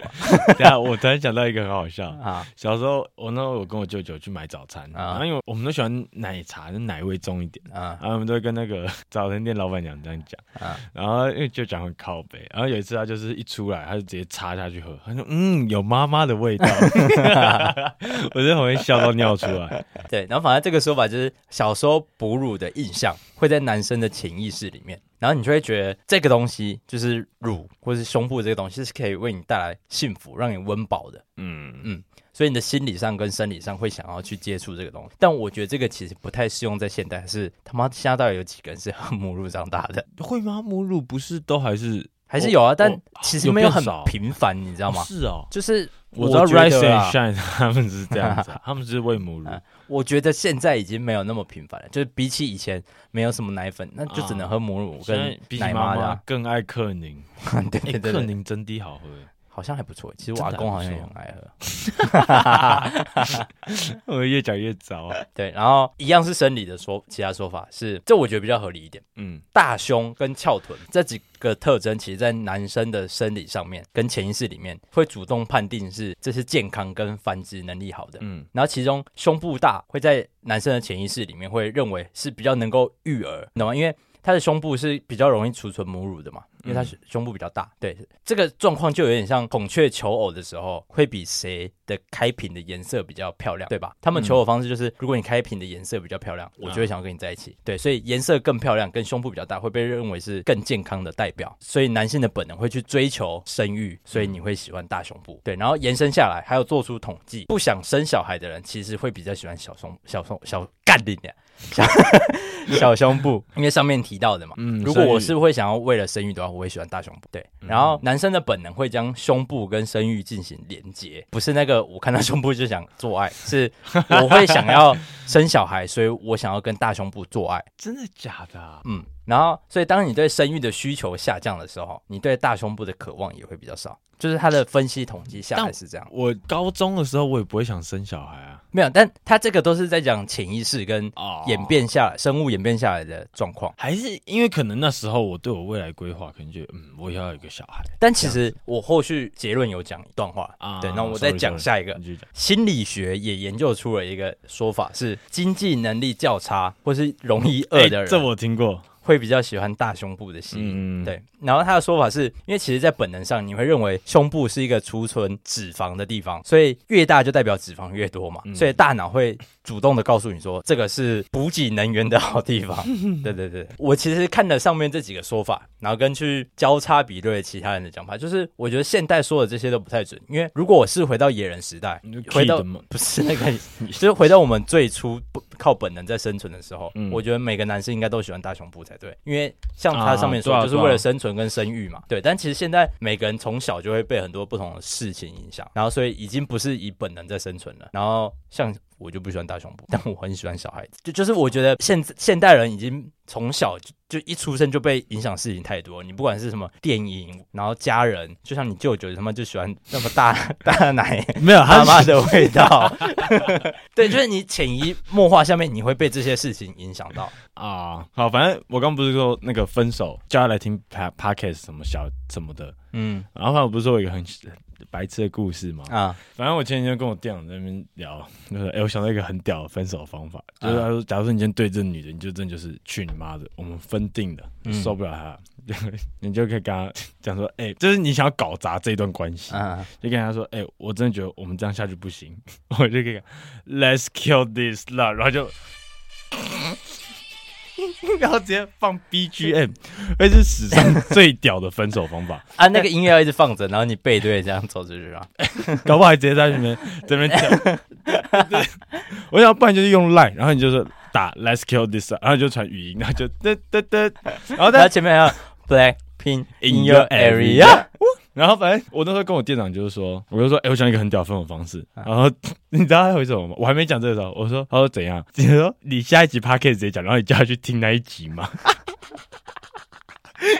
Speaker 1: 等一下我突然想到一个很好笑，
Speaker 2: <laughs> 啊
Speaker 1: <laughs>
Speaker 2: 啊，
Speaker 1: 小时候我那时候我跟我舅舅去买早餐，
Speaker 2: 啊
Speaker 1: 然后因为我们都喜欢奶茶，就奶味重一点。
Speaker 2: 啊
Speaker 1: 然后我们都会跟那个 <laughs> 早餐店老板娘这样讲，
Speaker 2: 啊
Speaker 1: 然后因为就讲很靠北，然后有一次他就是一出来，他就直接插下去喝，他说嗯有妈妈的
Speaker 2: <laughs>
Speaker 1: 味道， <laughs> 我真的很会笑到尿出来，
Speaker 2: 啊对，然后反正这个说法就是小时候哺乳的印象会在男生的潜意识里面，然后你就会觉得这个东西就是乳或是胸部这个东西是可以为你带来幸福，让你温饱的，
Speaker 1: 嗯
Speaker 2: 所以你的心理上跟生理上会想要去接触这个东西。但我觉得这个其实不太适用在现代，是他妈现在到底有几个人是喝母乳长大的？
Speaker 1: 会吗？母乳不是都还是
Speaker 2: 还是有啊，
Speaker 1: 我
Speaker 2: 但
Speaker 1: 我
Speaker 2: 其实没有
Speaker 1: 有变
Speaker 2: 很
Speaker 1: 少
Speaker 2: 频繁，你知道吗？
Speaker 1: <laughs> 是哦，
Speaker 2: 就是
Speaker 1: 我知道
Speaker 2: 觉
Speaker 1: Rise
Speaker 2: 得啊
Speaker 1: and Shine 他们是这样子
Speaker 2: <laughs>
Speaker 1: 啊，他们是喂母乳，
Speaker 2: 啊我觉得现在已经没有那么频繁了，就是比起以前没有什么奶粉，那就只能喝母乳
Speaker 1: 现
Speaker 2: 跟
Speaker 1: 在比起
Speaker 2: 奶
Speaker 1: 妈
Speaker 2: 的
Speaker 1: 妈
Speaker 2: 啊、
Speaker 1: 更爱克宁，<laughs>
Speaker 2: <laughs> 对
Speaker 1: 哎
Speaker 2: 对对
Speaker 1: 克
Speaker 2: 对，
Speaker 1: 宁真的好喝，
Speaker 2: 好像还不错。其实
Speaker 1: 真
Speaker 2: 我
Speaker 1: 的
Speaker 2: 阿公
Speaker 1: 还不
Speaker 2: 好像也
Speaker 1: 错
Speaker 2: 很爱喝。
Speaker 1: 我越讲越糟啊，
Speaker 2: 对，然后一样是生理的说，其他说法是，这我觉得比较合理一点。
Speaker 1: 嗯。
Speaker 2: 大胸跟翘臀这几个特征，其实在男生的生理上面跟潜意识里面会主动判定是这是健康跟繁殖能力好的。
Speaker 1: 嗯
Speaker 2: 然后其中胸部大会在男生的潜意识里面会认为是比较能够育儿，你懂吗？因为他的胸部是比较容易储存母乳的嘛，因为他是胸部比较大。对，这个状况就有点像孔雀求偶的时候，会比谁的开屏的颜色比较漂亮，对吧？他们求偶方式就是，如果你开屏的颜色比较漂亮，我就会想要跟你在一起。对，所以颜色更漂亮，跟胸部比较大，会被认为是更健康的代表。所以男性的本能会去追求生育，所以你会喜欢大胸部。对，然后延伸下来，还有做出统计，不想生小孩的人其实会比较喜欢小胸、小胸、小干你娘小 <laughs> 小胸部，因为上面提到的嘛。
Speaker 1: 嗯
Speaker 2: 如果我
Speaker 1: 生
Speaker 2: 是会想要为了生育的话，我会喜欢大胸部。对，然后男生的本能会将胸部跟生育进行连接，不是那个我看到胸部就想做爱， <laughs> 是我会想要生小孩，所以我想要跟大胸部做爱。
Speaker 1: 真的假的、啊？
Speaker 2: 嗯，然后所以当你对生育的需求下降的时候，你对大胸部的渴望也会比较少。就是他的分析统计下来
Speaker 1: 但
Speaker 2: 是这样，
Speaker 1: 我高中的时候我也不会想生小孩啊，
Speaker 2: 没有，但他这个都是在讲潜意识跟
Speaker 1: 哦
Speaker 2: 演变下来、生物演变下来的状况。
Speaker 1: 还是因为可能那时候我对我未来规划，可能觉得嗯，我也要有一个小孩
Speaker 2: 但其实我后续结论有讲一段话
Speaker 1: 啊。
Speaker 2: 对，那我再
Speaker 1: sorry，
Speaker 2: 讲
Speaker 1: sorry，
Speaker 2: 下一个
Speaker 1: 你。继续讲
Speaker 2: 心理学也研究出了一个说法，是经济能力较差或是容易饿的
Speaker 1: 哎这
Speaker 2: 人，
Speaker 1: 我听过，
Speaker 2: 会比较喜欢大胸部的吸引。
Speaker 1: 嗯，
Speaker 2: 对，然后他的说法是因为其实，在本能上，你会认为胸部是一个储存脂肪的地方，所以越大就代表脂肪越多嘛，
Speaker 1: 嗯
Speaker 2: 所以大脑会主动的告诉你说，这个是补给能源的好地
Speaker 1: <laughs>
Speaker 2: 方。对对对，我其实看了上面这几个说法，然后跟去交叉比对其他人的讲法，就是我觉得现代说的这些都不太准，因为如果我是回到野人时代
Speaker 1: 你就，
Speaker 2: 回
Speaker 1: key
Speaker 2: 到
Speaker 1: 的 <laughs> 嘛
Speaker 2: 不是那个，就是回到我们最初不靠本能在生存的时候，
Speaker 1: 嗯
Speaker 2: 我觉得每个男生应该都喜欢大胸部才对，因为像它上面说
Speaker 1: 啊
Speaker 2: 的，
Speaker 1: 对啊
Speaker 2: 就是为了生存跟生育嘛。对，但其实现在每个人从小就会被很多不同的事情影响，然后所以已经不是以本能在生存了。然后像我就不喜欢大胸部，但我很喜欢小孩子，就就是我觉得现现代人已经从小就。就一出生就被影响事情太多，你不管是什么电影，然后家人，就像你舅舅他们就喜欢那么大 <laughs> 大奶，
Speaker 1: 没有
Speaker 2: 他
Speaker 1: 他
Speaker 2: 妈的味道。 <laughs> 对，就是你潜移默化下面，你会被这些事情影响到。
Speaker 1: 啊，好，反正我刚不是说那个分手叫他来听 pa podcast 什么小什么的，
Speaker 2: 嗯
Speaker 1: 然后反正我不是说有一个很白痴的故事吗？
Speaker 2: 啊
Speaker 1: 反正我前几天跟我店长在那边聊，就是哎、我想到一个很屌的分手方法，
Speaker 2: 啊
Speaker 1: 就是他说，假如说你今天对这女的，你就真的就是去你妈的，我们分定了，
Speaker 2: 嗯
Speaker 1: 受不了她， <laughs> 你就可以跟她讲说，哎、就是你想要搞砸这段关系，
Speaker 2: 啊
Speaker 1: 就跟他说，哎、我真的觉得我们这样下去不行， <laughs> 我就可以跟她，Let's kill this love，然后就。然后直接放 BGM，那是史上最屌的分手方法。
Speaker 2: 啊！那个音乐要一直放着，然后你背对着这样走出去
Speaker 1: 哎
Speaker 2: 啊。
Speaker 1: 搞不好还直接在那
Speaker 2: <laughs>
Speaker 1: 边这边讲。对我想，不然就是用 Line，然后你就说打 Let's kill this，然后你就传语音，然后就嘚嘚嘚，然后
Speaker 2: 然后
Speaker 1: 再
Speaker 2: 前面还有 Black Pink
Speaker 1: In
Speaker 2: in
Speaker 1: your
Speaker 2: your
Speaker 1: area
Speaker 2: area，
Speaker 1: 然后反正我那时候跟我店长就是说，我就说，哎、我想一个很屌分手方
Speaker 2: 啊
Speaker 1: 式。然后 <laughs> 你知道他回什么吗？我还没讲这个时候，我说，他哦说怎样？你说你下一集 p a c k a g e 直接讲，然后你叫他去听那一集嘛。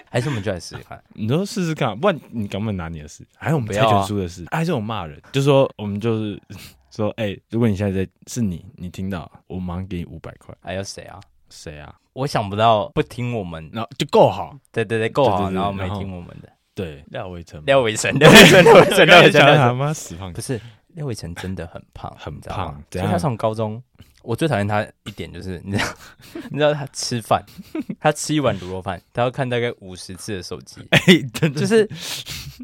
Speaker 2: 还是我们就来试试看。
Speaker 1: 你说试试看，不然你敢不敢拿你的事？还有我们
Speaker 2: 不
Speaker 1: 猜
Speaker 2: 要啊
Speaker 1: 拳输的事，还是我骂人？就说我们就是 <laughs> 说，哎、如果你现在在是你，你听到，我马上给你五百块。
Speaker 2: 还有谁啊？
Speaker 1: 谁啊？
Speaker 2: 我想不到不听我们，
Speaker 1: 然后就够好。
Speaker 2: 对对对，够
Speaker 1: 对
Speaker 2: 好，
Speaker 1: 对对
Speaker 2: 然后没
Speaker 1: 然后
Speaker 2: 听我们的。
Speaker 1: 对，廖伟成，
Speaker 2: 廖伟成， <laughs> 廖伟成，廖伟成，廖
Speaker 1: 刚才
Speaker 2: 伟成
Speaker 1: 讲
Speaker 2: 廖伟
Speaker 1: 他
Speaker 2: 成，
Speaker 1: 妈死胖
Speaker 2: 不
Speaker 1: 子，
Speaker 2: 是廖伟成真的很胖，
Speaker 1: 很
Speaker 2: 你知道吗
Speaker 1: 胖
Speaker 2: 所
Speaker 1: 怎
Speaker 2: 以
Speaker 1: 样
Speaker 2: 他从高中，我最讨厌他一点就是，你知道， <laughs> 你知道他吃饭，他吃一碗卤肉饭，他要看大概五十次的手
Speaker 1: <laughs>
Speaker 2: 机，
Speaker 1: 哎、真的
Speaker 2: 就是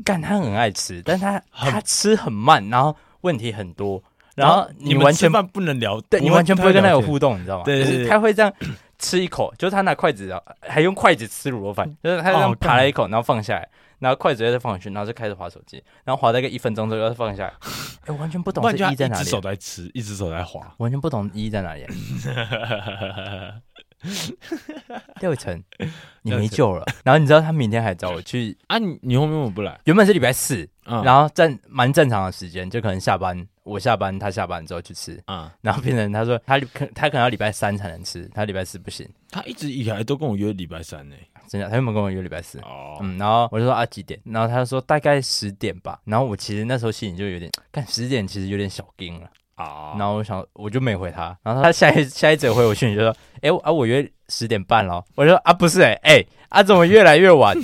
Speaker 2: 干他很爱吃，但他他吃很慢，然后问题很多，然后
Speaker 1: 你
Speaker 2: 你
Speaker 1: 们
Speaker 2: 完
Speaker 1: 吃
Speaker 2: 全
Speaker 1: 饭不能聊，
Speaker 2: 对你完全不会跟他有互
Speaker 1: 动。
Speaker 2: 动，你知道吗？
Speaker 1: 对对对
Speaker 2: 就是他会这样吃一口，就是他拿筷子啊，还用筷子吃卤肉饭，就是他这样
Speaker 1: 哦
Speaker 2: 扒了一口，然后放下来，然后筷子再放回去，然后就开始划手机，然后划大概一分钟之后又放 <laughs> 下来，哎，我完全不懂
Speaker 1: 不然
Speaker 2: 这
Speaker 1: 就
Speaker 2: 意义
Speaker 1: 他
Speaker 2: 在
Speaker 1: 一
Speaker 2: 哪
Speaker 1: 只
Speaker 2: 里啊
Speaker 1: 手，在吃，一只手在
Speaker 2: <laughs>
Speaker 1: 滑。
Speaker 2: 完全不懂意义在哪 <laughs> 里。啊廖伟成，你没救了。然后你知道他明天还找我去， <laughs>
Speaker 1: 啊，你你后面我不来，
Speaker 2: 原本是礼拜四，
Speaker 1: 嗯
Speaker 2: 然后正蛮正常的时间，就可能下班，我下班，他下班之后去吃。
Speaker 1: 啊、
Speaker 2: 然后变成他说他可他可能要礼拜三才能吃，他礼拜四不行，
Speaker 1: 他一直以来都跟我约礼拜三呢、
Speaker 2: 真的，他原本跟我约礼拜四，
Speaker 1: 哦，
Speaker 2: 嗯，然后我就说啊几点，然后他就说大概十点吧，然后我其实那时候心里就有点，干十点其实有点小惊了，
Speaker 1: 啊
Speaker 2: 然后我想我就没回他，然后他下一下一则回我讯息就说，哎、我啊我约十点半咯，我就说啊不是哎、哎、啊怎么越来越晚，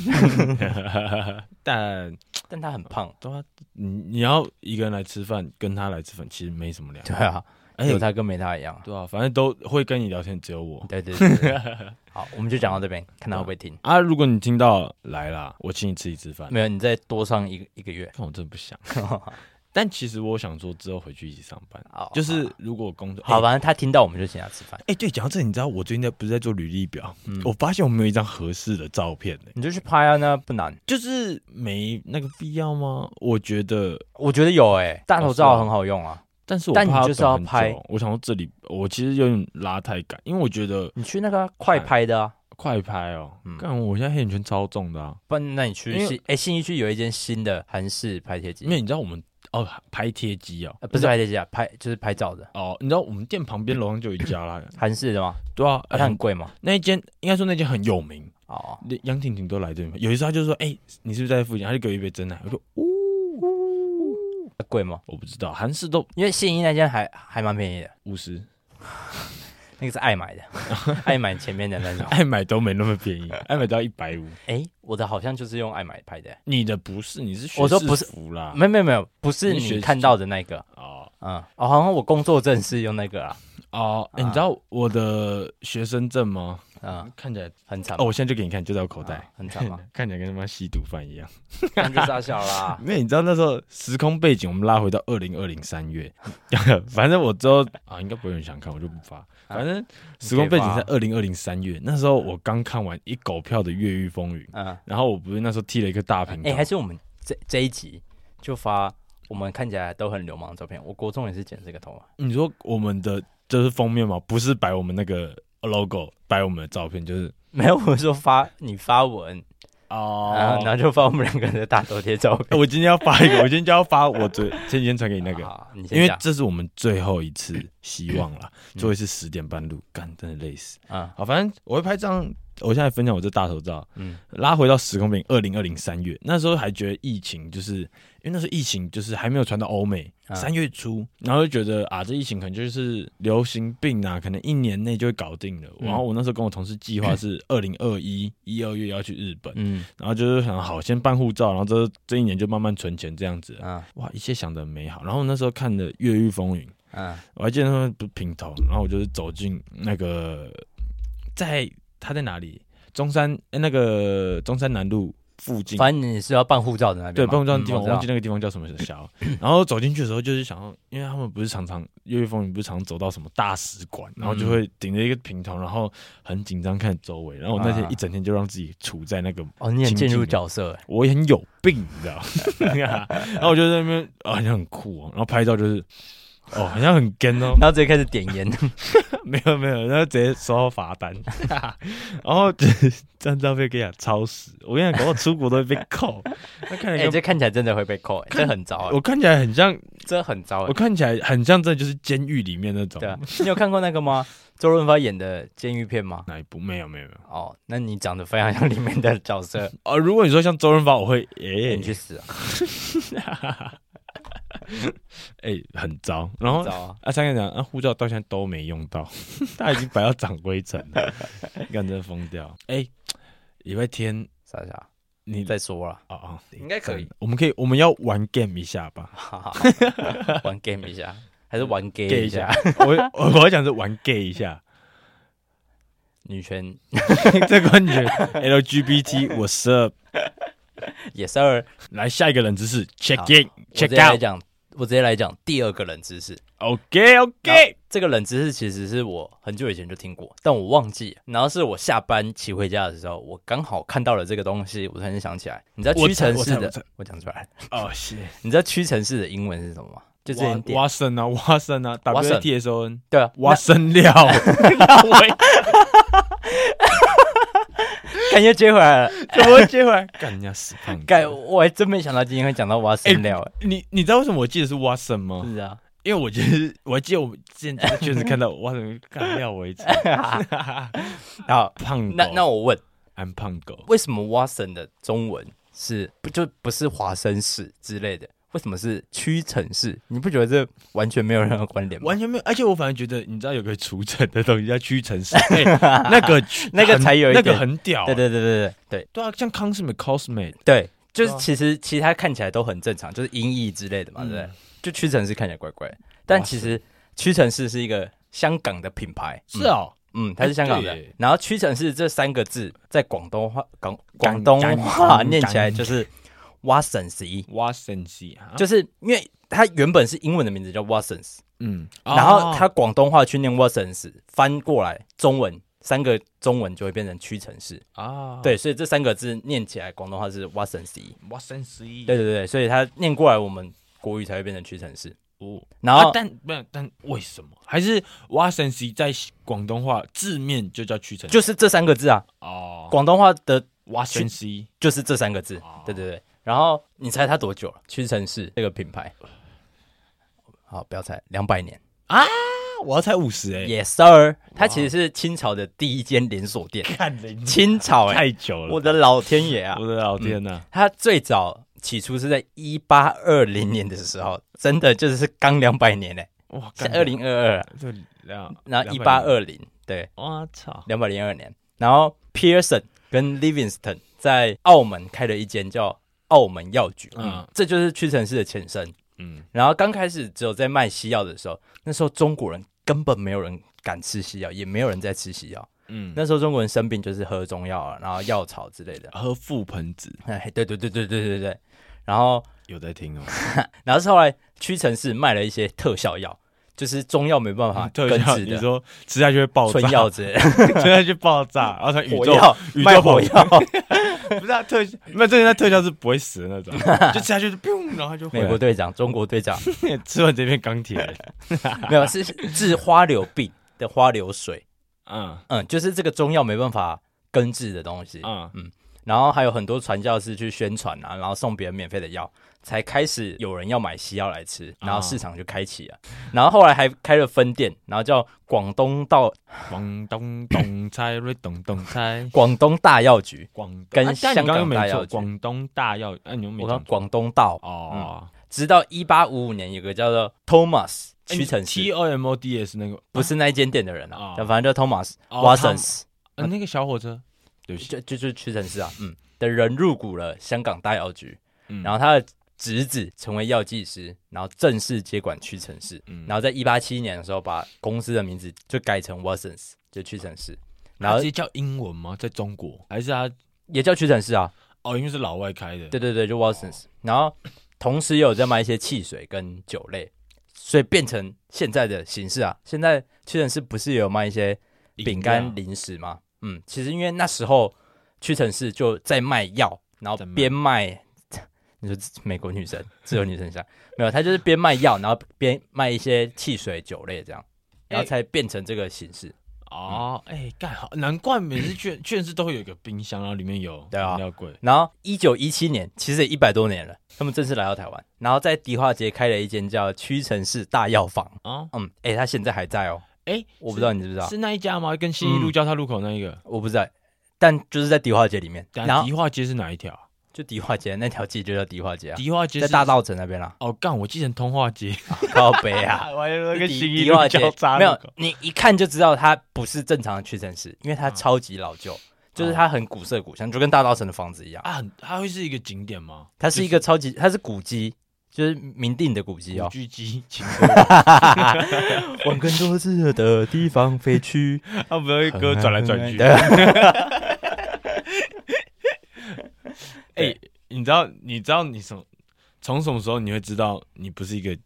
Speaker 2: <laughs>
Speaker 1: 但
Speaker 2: 但他很胖，
Speaker 1: 对啊，你你要一个人来吃饭，跟他来吃饭，其实没什么两
Speaker 2: 对
Speaker 1: 样。
Speaker 2: 啊，
Speaker 1: 而
Speaker 2: 有
Speaker 1: 且
Speaker 2: 他跟没他一样啊，
Speaker 1: 对啊，反正都会跟你聊天，只有我
Speaker 2: 对对对对 <laughs> 对好，我们就讲到这边，看他会不会听，
Speaker 1: 啊。如果你听到来啦，我请你吃一次饭。
Speaker 2: 没有你再多上一个一个月，
Speaker 1: 看我真的不
Speaker 2: <laughs>
Speaker 1: 想，但其实我想说之后回去一起上班，
Speaker 2: 哦好
Speaker 1: 就是如果工作
Speaker 2: 好，吧，反正他听到我们就请他吃饭，
Speaker 1: 哎、对，讲到这，你知道我最近在不是在做履历表，
Speaker 2: 嗯
Speaker 1: 我发现我没有一张合适的照片、欸，
Speaker 2: 你就去拍啊，那不难。
Speaker 1: 就是没那个必要吗？我觉得，
Speaker 2: 我觉得有诶、大头
Speaker 1: 哦是
Speaker 2: 照
Speaker 1: 啊
Speaker 2: 很好用啊。
Speaker 1: 但是我
Speaker 2: 但
Speaker 1: 怕
Speaker 2: 你
Speaker 1: 它
Speaker 2: 就是
Speaker 1: 等
Speaker 2: 要
Speaker 1: 很久
Speaker 2: 拍。
Speaker 1: 我想说这里，我其实有点拉太赶，因为我觉得
Speaker 2: 你去那个快拍的啊，
Speaker 1: 快拍哦、
Speaker 2: 嗯
Speaker 1: 干、我现在黑眼圈超重的啊，
Speaker 2: 不然那你去
Speaker 1: 因为
Speaker 2: 信哎、信义区有一间新的韩式拍贴机
Speaker 1: 因，为你知道我们哦拍贴机哦，
Speaker 2: 嗯呃不是拍贴机啊，拍就是拍照的
Speaker 1: 哦，你知道我们店旁边楼上就有一家啦，
Speaker 2: 韩式的吗？
Speaker 1: 对啊，
Speaker 2: 嗯啊它很贵吗？
Speaker 1: 那一间应该说那间很有名，
Speaker 2: 哦，
Speaker 1: 那杨婷婷都来这边。有一次她就说：“哎、你是不是在附近？”她就给我一杯真奶，我说
Speaker 2: 贵吗：“？
Speaker 1: 我不知道，韩式都
Speaker 2: 因为信义那间还还蛮便宜的，
Speaker 1: 五十。” <laughs>
Speaker 2: 那个是爱买的，爱买前面的那种。
Speaker 1: 爱买都没那么便
Speaker 2: <laughs>
Speaker 1: 宜，爱买都要一百五。
Speaker 2: 哎、我的好像就是用爱买拍的、
Speaker 1: 你的不是，你是学
Speaker 2: 我说不
Speaker 1: 士
Speaker 2: 是
Speaker 1: 服啦，
Speaker 2: 没有没有没有，不是
Speaker 1: 啊你学
Speaker 2: 你看到的那个，
Speaker 1: 哦
Speaker 2: 嗯，哦，好像我工作证是用那个啊，
Speaker 1: 哦、哎
Speaker 2: 啊
Speaker 1: 你知道我的学生证吗？
Speaker 2: 嗯，
Speaker 1: 看起来
Speaker 2: 很惨
Speaker 1: 哦，
Speaker 2: 吗，
Speaker 1: 我现在就给你看，就在我口
Speaker 2: 啊
Speaker 1: 袋，
Speaker 2: 很
Speaker 1: <laughs>
Speaker 2: 惨吗？
Speaker 1: 看起来跟他妈吸毒犯一样。
Speaker 2: 那就傻小
Speaker 1: <laughs>
Speaker 2: 啦，
Speaker 1: 因为你知道那时候时空背景，我们拉回到二零二零三月， <laughs> 反正我之后啊，应该不会有人想看，我就不发。
Speaker 2: 啊
Speaker 1: 反正时空背景在二零二零三月，那时候我刚看完一狗票的《越狱风云》，
Speaker 2: 嗯。
Speaker 1: 然后我不是那时候踢了一个大平
Speaker 2: 哎、
Speaker 1: 头，
Speaker 2: 还是我们这这一集就发我们看起来都很流氓的照片。我国中也是剪这个头啊发，
Speaker 1: 你说我们的就是封面嘛，不是摆我们那个 logo，摆我们的照片，就是
Speaker 2: <laughs> 没有，我说发你发文，然
Speaker 1: 哦
Speaker 2: 后然后就发我们两个人的大头贴照片。
Speaker 1: 我今天要发一个，我今天就要发我昨前几天传给你那个，
Speaker 2: 好，你
Speaker 1: 啊因
Speaker 2: 先
Speaker 1: 为
Speaker 2: 讲。
Speaker 1: 这是我们最后一次希望
Speaker 2: <clears throat>
Speaker 1: 了，最后一次十点半录，干真的累死。
Speaker 2: 嗯
Speaker 1: 好，反正我会拍这张，我现在分享我这大头照，
Speaker 2: 嗯，
Speaker 1: 拉回到时空背景，二零二零三月，那时候还觉得疫情就是因为那时候疫情就是还没有传到欧美，
Speaker 2: 啊
Speaker 1: 三、月初，然后就觉得啊，这疫情可能就是流行病啊，可能一年内就会搞定了。
Speaker 2: 嗯
Speaker 1: 然后我那时候跟我同事计划是二零二一一二月要去日本，
Speaker 2: 嗯
Speaker 1: 然后就是想好先办护照，然后这这一年就慢慢存钱这样子。啊
Speaker 2: 嗯
Speaker 1: 哇，一切想的美好。然后那时候看的《越狱风云》，
Speaker 2: 嗯
Speaker 1: 我还记得他们不是平头，然后我就是走进那个，在他在哪里？中山、哎，那个中山南路附近，
Speaker 2: 反正你是要办护照的那边
Speaker 1: 对，
Speaker 2: 嘛，
Speaker 1: 办公照的地
Speaker 2: 嗯
Speaker 1: 方，我
Speaker 2: 我知道
Speaker 1: 忘记那个地方叫什么
Speaker 2: <laughs>
Speaker 1: 小。然后走进去的时候，就是想要，因为他们不是常常越狱风云不是常走到什么大使馆，然后就会顶着一个平头，然后很紧张看周围。然后我那天
Speaker 2: 啊
Speaker 1: 一整天就让自己处在那个
Speaker 2: 哦，你很
Speaker 1: 情
Speaker 2: 进入
Speaker 1: 境
Speaker 2: 角色欸，
Speaker 1: 我也很
Speaker 2: <laughs>
Speaker 1: <laughs> 有病，你知道？然后我就在那边啊，好像很酷哦。然后拍照就是哦，好像很跟哦，
Speaker 2: 然后直接开始点
Speaker 1: <laughs>
Speaker 2: 烟，
Speaker 1: 没有没有，然后直接收到罚
Speaker 2: <laughs>
Speaker 1: 单，然后这张照片给你超时，我跟你讲，搞到出国都会被
Speaker 2: <laughs>
Speaker 1: 扣。那看起
Speaker 2: 哎、
Speaker 1: 来跟、
Speaker 2: 这看起来真的会被扣、哎，这很糟、哎
Speaker 1: 我看起来很像，
Speaker 2: 这很糟、哎
Speaker 1: 我看起来很像，这就是监狱里面那种。
Speaker 2: 对啊，你有看过那个吗？周润发演的监狱片吗？
Speaker 1: 哪一部？没有没有没有。
Speaker 2: 哦，那你长得非常像里面的角
Speaker 1: <laughs>
Speaker 2: 色，
Speaker 1: 哦，如果你说像周润发，我会诶
Speaker 2: 你去死啊！
Speaker 1: 哎、很糟。然后
Speaker 2: 糟啊
Speaker 1: 啊，三个人讲啊，护照到现在都没用到， <laughs> 他已经摆到长灰尘了， <laughs> 干真的疯掉。哎、礼拜天
Speaker 2: 傻傻，
Speaker 1: 你
Speaker 2: 再说了，
Speaker 1: 哦哦，
Speaker 2: 应该可以。
Speaker 1: 我们可以，我们要玩 game 一下吧。
Speaker 2: 哈哈，玩 game 一下，还是玩 gay
Speaker 1: gay
Speaker 2: 一
Speaker 1: 一
Speaker 2: 下
Speaker 1: 下？我 <laughs> 我我要讲是玩 gay 一
Speaker 2: <laughs>
Speaker 1: 下，
Speaker 2: 女权
Speaker 1: 这关键 LGBT 我十二。
Speaker 2: 也是二，
Speaker 1: 来下一个冷知识，check
Speaker 2: 好
Speaker 1: in
Speaker 2: 我
Speaker 1: check
Speaker 2: 直接来
Speaker 1: out。
Speaker 2: 讲，我直接来讲第二个冷知识。
Speaker 1: OK
Speaker 2: 然
Speaker 1: OK，
Speaker 2: 后这个冷知识其实是我很久以前就听过，但我忘记了。然后是我下班骑回家的时候，我刚好看到了这个东西，我突然间想起来。你知道
Speaker 1: 我
Speaker 2: 屈
Speaker 1: 猜
Speaker 2: 臣
Speaker 1: 我
Speaker 2: 氏
Speaker 1: 猜我
Speaker 2: 的
Speaker 1: 猜，
Speaker 2: 我讲出来了，
Speaker 1: 哦谢，
Speaker 2: 你知道屈臣氏的英文是什么吗？就之前点
Speaker 1: 瓦森啊瓦森啊
Speaker 2: Watson
Speaker 1: ，W T S O N
Speaker 2: 对啊，
Speaker 1: 瓦
Speaker 2: 哇，
Speaker 1: 森
Speaker 2: <laughs>
Speaker 1: 料， <laughs>
Speaker 2: 感觉接回来了。
Speaker 1: 怎么会接回来？干人家死胖
Speaker 2: 盖，
Speaker 1: 子！
Speaker 2: 我还真没想到今天会讲到挖生料、欸，
Speaker 1: 你你知道为什么我记得是瓦森吗？
Speaker 2: 是啊，
Speaker 1: 因为我记得我还记得我之前
Speaker 2: <laughs>
Speaker 1: 确实看到瓦森干料为止， <laughs>
Speaker 2: 好，
Speaker 1: 胖狗。
Speaker 2: 那那我问，
Speaker 1: 俺胖狗，
Speaker 2: 为什么 Watson 的中文是不就不是华生氏之类的？为什么是屈臣氏？你不觉得这完全没有任何关联吗？
Speaker 1: 完全没有。而且我反而觉得，你知道有个除尘的东西叫屈
Speaker 2: <laughs>
Speaker 1: 臣氏，哎那个
Speaker 2: 那个
Speaker 1: 很
Speaker 2: 才有一
Speaker 1: 那
Speaker 2: 点
Speaker 1: 个很屌啊。
Speaker 2: 对嗯对对对对对
Speaker 1: 对啊，像 Cosme Cosme
Speaker 2: 对，就是
Speaker 1: 对啊
Speaker 2: 其实其他看起来都很正常，就是音译之类的嘛，对不对
Speaker 1: 嗯？
Speaker 2: 就屈臣氏看起来怪怪，但其实屈臣氏是一个香港的品牌，
Speaker 1: 是哦，
Speaker 2: 嗯，它是香港
Speaker 1: 哎
Speaker 2: 的
Speaker 1: 对耶。
Speaker 2: 然后屈臣氏这三个字在广东话广
Speaker 1: 港
Speaker 2: 广东
Speaker 1: 港
Speaker 2: 话
Speaker 1: 港
Speaker 2: 念起来
Speaker 1: 港
Speaker 2: 就是挖省十一，
Speaker 1: Watson's 啊
Speaker 2: 就是因为它原本是英文的名字叫 Watsons，
Speaker 1: 嗯，
Speaker 2: 然后
Speaker 1: 哦
Speaker 2: 它广东话去念 Watsons，翻过来中文三个中文就会变成屈臣氏。
Speaker 1: 啊
Speaker 2: 对，所以这三个字念起来广东话是 Watsons。
Speaker 1: 嗯 Watson's
Speaker 2: 对对对，所以它念过来我们国语才会变成屈臣氏。
Speaker 1: 哦，
Speaker 2: 然后
Speaker 1: 啊但不然但为什么还是 Watson's 在广东话字面就叫屈臣氏
Speaker 2: 就是这三个字啊，
Speaker 1: 哦
Speaker 2: 广东话的
Speaker 1: Watson's
Speaker 2: 就是这三个字。对对对，然后你猜它多久了？屈臣氏这个品牌，好，不要猜，两百年。
Speaker 1: 啊，我要猜五十哎，
Speaker 2: Yes sir，它其实是清朝的第一间连锁店。
Speaker 1: 看人
Speaker 2: <laughs>
Speaker 1: 家
Speaker 2: 清朝哎、
Speaker 1: 太久了，
Speaker 2: 我的老天爷啊
Speaker 1: 我！的老天呐，
Speaker 2: 它最早起初是在一八二零年的时候，真的就是刚两百年嘞、
Speaker 1: 哇，
Speaker 2: 是二零二二，
Speaker 1: 就两，
Speaker 2: 然后一
Speaker 1: 200
Speaker 2: 八，二零，对，
Speaker 1: 我操，
Speaker 2: 两百零二年。然后 Pearson 跟 Livingston 在澳门开了一间叫澳门药局，嗯
Speaker 1: 嗯，
Speaker 2: 这就是屈臣氏的前身。
Speaker 1: 嗯，
Speaker 2: 然后刚开始只有在卖西药的时候，那时候中国人根本没有人敢吃西药，也没有人在吃西药。
Speaker 1: 嗯，
Speaker 2: 那时候中国人生病就是喝中药啊，然后药草之类的。
Speaker 1: 喝覆盆子
Speaker 2: 哎，对对对对对对对。然后，
Speaker 1: 有在听哦，
Speaker 2: 然后是后来屈臣氏卖了一些特效药，就是中药没办 <laughs> 法根
Speaker 1: 嗯特效
Speaker 2: 治
Speaker 1: 你
Speaker 2: 的
Speaker 1: 说吃下去会爆炸，
Speaker 2: 春药之类的，
Speaker 1: <laughs> 吃下去爆炸，然后它宇
Speaker 2: 火
Speaker 1: 宙
Speaker 2: 药
Speaker 1: 宇
Speaker 2: 卖
Speaker 1: 宙
Speaker 2: 火
Speaker 1: 爆炸，
Speaker 2: 药。
Speaker 1: 不是啊特没有这个在特效是不会死的那种，就吃下去就砰，然后它就回
Speaker 2: <laughs> 美
Speaker 1: 来
Speaker 2: 国队长、中国
Speaker 1: <laughs>
Speaker 2: 队长
Speaker 1: 吃完这片钢铁人，
Speaker 2: 没有是治花柳病的花柳水，
Speaker 1: 嗯
Speaker 2: <laughs> 嗯，就是这个中药没办法根治的东西。
Speaker 1: 嗯
Speaker 2: 然后还有很多传教士去宣传啊，然后送别人免费的药，才开始有人要买西药来吃，
Speaker 1: 啊
Speaker 2: 然后市场就开启了。然后后来还开了分店，然后叫广东道，
Speaker 1: 广东东菜瑞东东菜
Speaker 2: <laughs> 广东大药局，
Speaker 1: 广
Speaker 2: 跟
Speaker 1: 啊但你刚
Speaker 2: 香港
Speaker 1: 刚没
Speaker 2: 大
Speaker 1: 错，
Speaker 2: 药局
Speaker 1: 广东大药，哎，你又没
Speaker 2: 我看嗯
Speaker 1: 讲错
Speaker 2: 广东道，
Speaker 1: 哦，
Speaker 2: 直到一八五五年有个叫做 Thomas
Speaker 1: 哎
Speaker 2: 屈臣
Speaker 1: T
Speaker 2: 氏，
Speaker 1: O M O D S 那个
Speaker 2: 不是那一间店的人啊
Speaker 1: 哦，
Speaker 2: 但反正叫 Thomas
Speaker 1: 哦
Speaker 2: Watsons，
Speaker 1: 啊那个小火车，对不起，
Speaker 2: 就就是屈臣氏啊，嗯，的人入股了香港大药局，
Speaker 1: 嗯
Speaker 2: 然后他的侄子成为药剂师，然后正式接管屈臣氏，
Speaker 1: 嗯
Speaker 2: 然后在一八七一年的时候，把公司的名字就改成 Watsons，就屈臣氏，
Speaker 1: 然
Speaker 2: 然
Speaker 1: 后
Speaker 2: 后
Speaker 1: 直接叫英文吗？在中国还是他
Speaker 2: 也叫屈臣氏啊，
Speaker 1: 哦，因为是老外开的，
Speaker 2: 对对对，就 Watsons，然后同时也有在卖一些汽水跟酒类，所以变成现在的形式啊。现在屈臣氏不是也有卖一些
Speaker 1: 饮料
Speaker 2: 饼干零食吗？嗯，其实因为那时候屈臣氏就在卖药，然后
Speaker 1: 在卖
Speaker 2: 边卖你说美国
Speaker 1: <laughs>
Speaker 2: 女生，自由女神像没有，她就是边卖药，然后边卖一些汽水、酒类这样，然后才变成这个形式。
Speaker 1: 哦，哎，干好，难怪每
Speaker 2: <clears throat>
Speaker 1: 次券券是都会有一个冰箱，然后里面有
Speaker 2: 对啊
Speaker 1: 饮料柜。
Speaker 2: 然后一九一七年，其实也一百多年了，他们正式来到台湾，然后在迪化街开了一间叫屈臣氏大药房。
Speaker 1: 啊，
Speaker 2: 嗯，哎、他现在还在哦，
Speaker 1: 哎，
Speaker 2: 我不知道
Speaker 1: 是
Speaker 2: 你知不知道嗯
Speaker 1: 是那一家吗？跟新一路交叉路口那一个，
Speaker 2: 我不知道，但就是在迪化街里面，
Speaker 1: 等下
Speaker 2: 然后
Speaker 1: 啊迪化街是哪一条啊？
Speaker 2: 就迪化街那条街就叫迪化街、啊，
Speaker 1: 迪化街
Speaker 2: 在
Speaker 1: 是
Speaker 2: 大道城那边啦、
Speaker 1: 哦，干，我记成通化街，
Speaker 2: 靠北 <laughs>
Speaker 1: <laughs>
Speaker 2: 啊。
Speaker 1: 完了跟
Speaker 2: 迪
Speaker 1: 新一
Speaker 2: 迪
Speaker 1: 路
Speaker 2: 化街
Speaker 1: 交叉
Speaker 2: 没
Speaker 1: 路
Speaker 2: 有
Speaker 1: 口，，
Speaker 2: 你一看就知道它不是正常的屈臣氏，因为
Speaker 1: 嗯
Speaker 2: 它超级老旧，就是它很古色古香，就跟大稻城的房子一样。
Speaker 1: 啊，很它会是一个景点吗？
Speaker 2: 它是一个超级，它是古迹，就是明定的古迹
Speaker 1: 古
Speaker 2: 哦。
Speaker 1: 巨基景点，
Speaker 2: <laughs> 往更多炙热的地方飞去。
Speaker 1: 他不是歌转来转去。
Speaker 2: <laughs> 对
Speaker 1: <laughs> 哎，你知道你知道你什么从什么时候你会知道你不是一个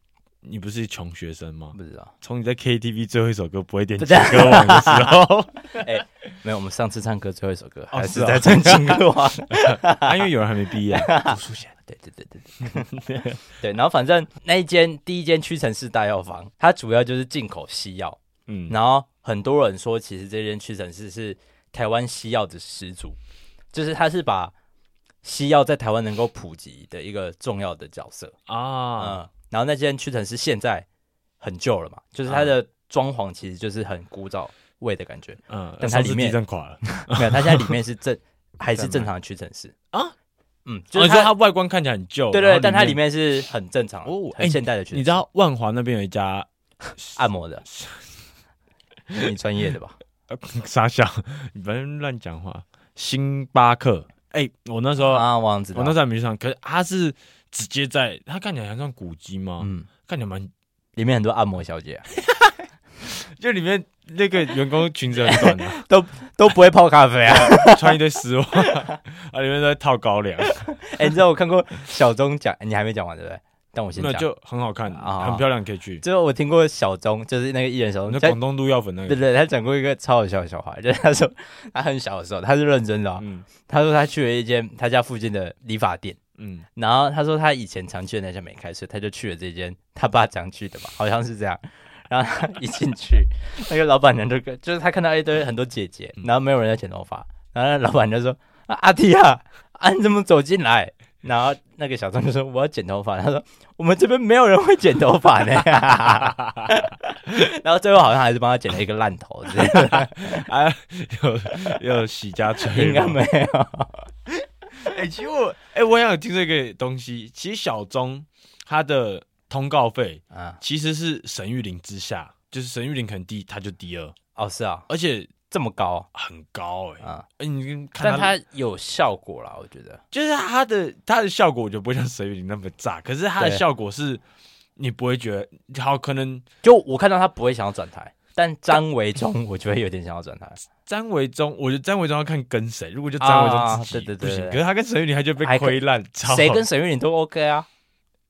Speaker 1: 你不是穷学生吗？
Speaker 2: <laughs> 不知道，
Speaker 1: 从你在 KTV 最后一首歌不会点
Speaker 2: 不
Speaker 1: 情歌王的时
Speaker 2: <laughs>
Speaker 1: 候，
Speaker 2: 没有，我们上次唱歌最后一首歌
Speaker 1: 哦
Speaker 2: 还
Speaker 1: 是
Speaker 2: 是
Speaker 1: 啊
Speaker 2: 在唱情歌 <laughs> 王。
Speaker 1: 啊，因为有人还没毕业啊，读书先。
Speaker 2: 对对对对对对，然后反正那一间第一间屈臣氏大药房，它主要就是进口西药，
Speaker 1: 嗯，
Speaker 2: 然后很多人说，其实这间屈臣氏是台湾西药的始祖，就是它是把西药在台湾能够普及的一个重要的角色。
Speaker 1: 啊，
Speaker 2: 嗯，然后那间屈臣氏现在很旧了嘛，就是它的装潢其实就是很古早味的感觉。
Speaker 1: 嗯，
Speaker 2: 但它
Speaker 1: 上次
Speaker 2: 里面
Speaker 1: 地震垮了。
Speaker 2: 没有， <laughs> 它现在里面是正还是正常的屈臣氏
Speaker 1: 啊？
Speaker 2: 嗯，就
Speaker 1: 就是是它
Speaker 2: 它，
Speaker 1: 它外观看起来很旧，
Speaker 2: 对
Speaker 1: 然
Speaker 2: 对，
Speaker 1: 后
Speaker 2: 但它里面是很正常、
Speaker 1: 哦哎
Speaker 2: 很现代的屈臣
Speaker 1: 你
Speaker 2: 氏
Speaker 1: 知道万华那边有一家
Speaker 2: 按摩的， <laughs> 你专业的吧？
Speaker 1: 呃 <laughs> 傻笑，你不要乱讲话。星巴克，哎，我那时候
Speaker 2: <laughs> 啊，王子，
Speaker 1: 我那时候还没去上，可是它是直接在它看起来还算古迹吗？
Speaker 2: 嗯，
Speaker 1: 看起来蛮，
Speaker 2: 里面很多按摩小姐啊、
Speaker 1: 就里面那个员工裙子很短
Speaker 2: <laughs>
Speaker 1: 啊，
Speaker 2: <laughs> 都不会泡咖啡啊。
Speaker 1: 穿一堆丝袜，啊，里面都在套高粱。
Speaker 2: <laughs> 哎、你知道我看过小钟讲、哎你还没讲完对不对？但我先
Speaker 1: 那
Speaker 2: 讲。
Speaker 1: 就很好看，
Speaker 2: 啊
Speaker 1: 很漂亮，可以去。
Speaker 2: 最后我听过小钟，就是那个艺人小
Speaker 1: 那
Speaker 2: 钟，
Speaker 1: 广东都药粉那
Speaker 2: 对
Speaker 1: 个，
Speaker 2: 对，他讲过一个超好笑的笑话， <laughs> 就是他说他很小的时候，他是认真的、哦，
Speaker 1: 嗯
Speaker 2: 他说他去了一间他家附近的理发店， <laughs>
Speaker 1: 嗯，
Speaker 2: 然后他说他以前常去的那家没开，所以他就去了这间他爸常去的嘛， <laughs> 好像是这样。然后他一进去，那个老板娘就跟就是他看到一堆很多姐姐，
Speaker 1: 嗯
Speaker 2: 然后没有人在剪头发，然后那老板就说：“啊、阿弟啊， <laughs> 啊你怎么走进来？”然后那个小张就说：“我要剪头发。”他说：“我们这边没有人会剪头发呢。” <laughs> 然后最后好像还是帮他剪了一个烂头之类的，
Speaker 1: 啊， <laughs> 有有喜家吹，
Speaker 2: <laughs> 应该没有。
Speaker 1: <laughs> 哎、其实我哎、我也有听这个东西。其实小钟他的通告费
Speaker 2: 啊，
Speaker 1: 其实是沈玉玲之下，就是沈玉玲很低，他就第二，
Speaker 2: 哦是啊，
Speaker 1: 而且
Speaker 2: 这么高啊
Speaker 1: 很高哎、
Speaker 2: 啊，
Speaker 1: 哎你看
Speaker 2: 但
Speaker 1: 他
Speaker 2: 他有效果啦，我觉得。
Speaker 1: 就是他的他的效果，我觉得不会像沈玉玲那么炸，可是他的
Speaker 2: 对
Speaker 1: 效果是你不会觉得好，可能
Speaker 2: 就我看到他不会想要转台，但张
Speaker 1: <laughs>
Speaker 2: 维忠我就会有点想要转台，
Speaker 1: 詹维忠，我觉得詹维忠要看跟谁，如果就詹维忠自己、
Speaker 2: 啊对对对
Speaker 1: 不行，
Speaker 2: 对
Speaker 1: 可是他跟沈玉玲他就被
Speaker 2: 还可
Speaker 1: 亏烂，超
Speaker 2: 谁
Speaker 1: 好
Speaker 2: 跟沈玉琳都 OK 啊，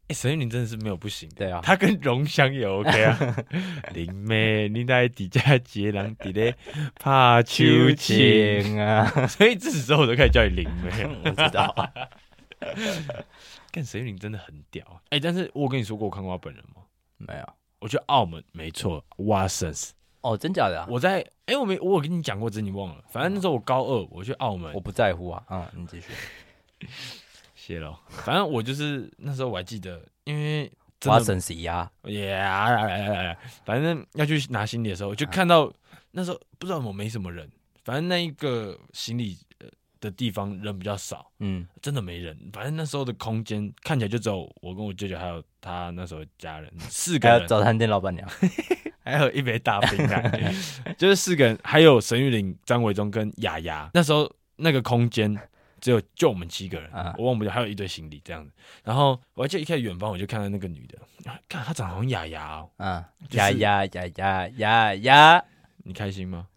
Speaker 1: 欸沈玉玲真的是没有不行的，
Speaker 2: 对啊
Speaker 1: 她跟荣香也 OK 啊。
Speaker 2: <laughs>
Speaker 1: 林妹，你在底下接人底咧怕秋千，
Speaker 2: 啊，
Speaker 1: 所以自此之后我都开始叫你林妹了。
Speaker 2: <laughs> 我知道啊，
Speaker 1: 但沈玉玲真的很屌啊，哎、但是我跟你说过我看过她本人吗？
Speaker 2: 没有
Speaker 1: 我觉得澳门没错，Watsons。
Speaker 2: 哦，真假的啊、我
Speaker 1: 我在哎、我没我有跟你讲过，真你忘了。反正那时候我高二，我去澳门，
Speaker 2: 不在乎啊，嗯，你继续，
Speaker 1: 谢喽。反正我就是那时候我还记得，因为真
Speaker 2: 我要
Speaker 1: 的
Speaker 2: 省谁呀？
Speaker 1: 耶、yeah,，反正要去拿行李的时候，就看到那时候不知道我没什么人，反正那一个行李呃的地方人比较少，
Speaker 2: 嗯，
Speaker 1: 真的没人。反正那时候的空间看起来就只有我跟我舅舅还有他那时候的家人四
Speaker 2: 还
Speaker 1: 个
Speaker 2: 有
Speaker 1: 人，
Speaker 2: 早餐店老板娘，
Speaker 1: 还有一杯大冰 <laughs> 啊，就是四个人，还有沈玉玲、张伟忠跟雅雅。那时候那个空间只有就我们七个人，
Speaker 2: 啊
Speaker 1: 我忘不掉，还有一堆行李这样子。然后我还记得一开始远方我就看到那个女的，啊看她长得好像雅雅哦。
Speaker 2: 嗯，
Speaker 1: <laughs> 就是
Speaker 2: 呀呀呀呀呀呀，
Speaker 1: 你开心 <laughs> 吗？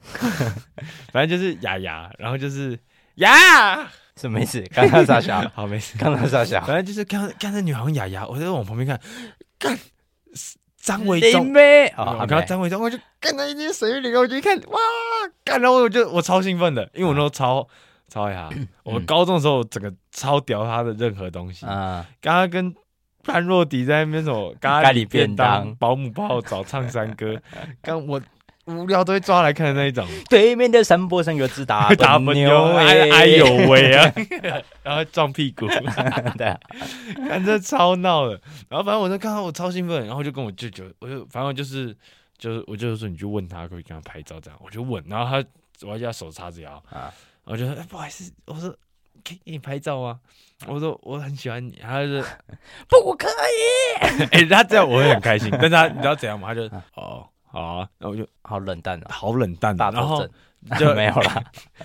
Speaker 1: 反正就是雅雅，然后 <laughs> 就是雅，
Speaker 2: 什么意思？刚刚
Speaker 1: <laughs>
Speaker 2: 傻笑，
Speaker 1: 好没事。
Speaker 2: 刚刚傻笑，
Speaker 1: 反正就是看看那女好像雅雅，我就往旁边看，干张伟
Speaker 2: 林
Speaker 1: 忠，
Speaker 2: 妹
Speaker 1: 我
Speaker 2: 哦，阿
Speaker 1: 看到
Speaker 2: 妹
Speaker 1: 张伟忠，我就看到一件水灵，我就一看哇，干，然后我就我超兴奋的，因为我那时候超超爱他。
Speaker 2: 嗯
Speaker 1: 我高中的时候，整个超屌他的任何东西，
Speaker 2: 啊，
Speaker 1: 刚刚跟潘若迪在那边什么
Speaker 2: <laughs> 咖喱
Speaker 1: 喱
Speaker 2: 便当
Speaker 1: 当、保姆泡澡、唱山
Speaker 2: <laughs>
Speaker 1: 歌，刚我无聊都会抓来看的那一种，
Speaker 2: 对面的山坡上有只大
Speaker 1: <laughs> 打
Speaker 2: 笨
Speaker 1: 分
Speaker 2: 牛
Speaker 1: 哟，哎哎
Speaker 2: 呦
Speaker 1: 呦，喂啊，然后撞屁 <laughs> 股，
Speaker 2: 对啊，
Speaker 1: 看这超闹的。然后反正我就看到我超兴奋，然后就跟我舅舅，我就反正我就是就是我就说你去问他，可不可以跟他拍照这样，我就问，然后他我还叫他手叉着腰，
Speaker 2: 啊
Speaker 1: 然后我就说、哎、不好意思，我说可以给你拍照吗？我说我很喜欢你，他就说
Speaker 2: <laughs> 不可以，
Speaker 1: <laughs> 哎、他这样我会很开心，但是他你知道怎样吗？他就哦好啊，然后我就
Speaker 2: 好冷淡啊，
Speaker 1: 好冷淡
Speaker 2: 大
Speaker 1: 的，嗯然
Speaker 2: 头
Speaker 1: 后
Speaker 2: 症
Speaker 1: 就
Speaker 2: <laughs> 没有啦，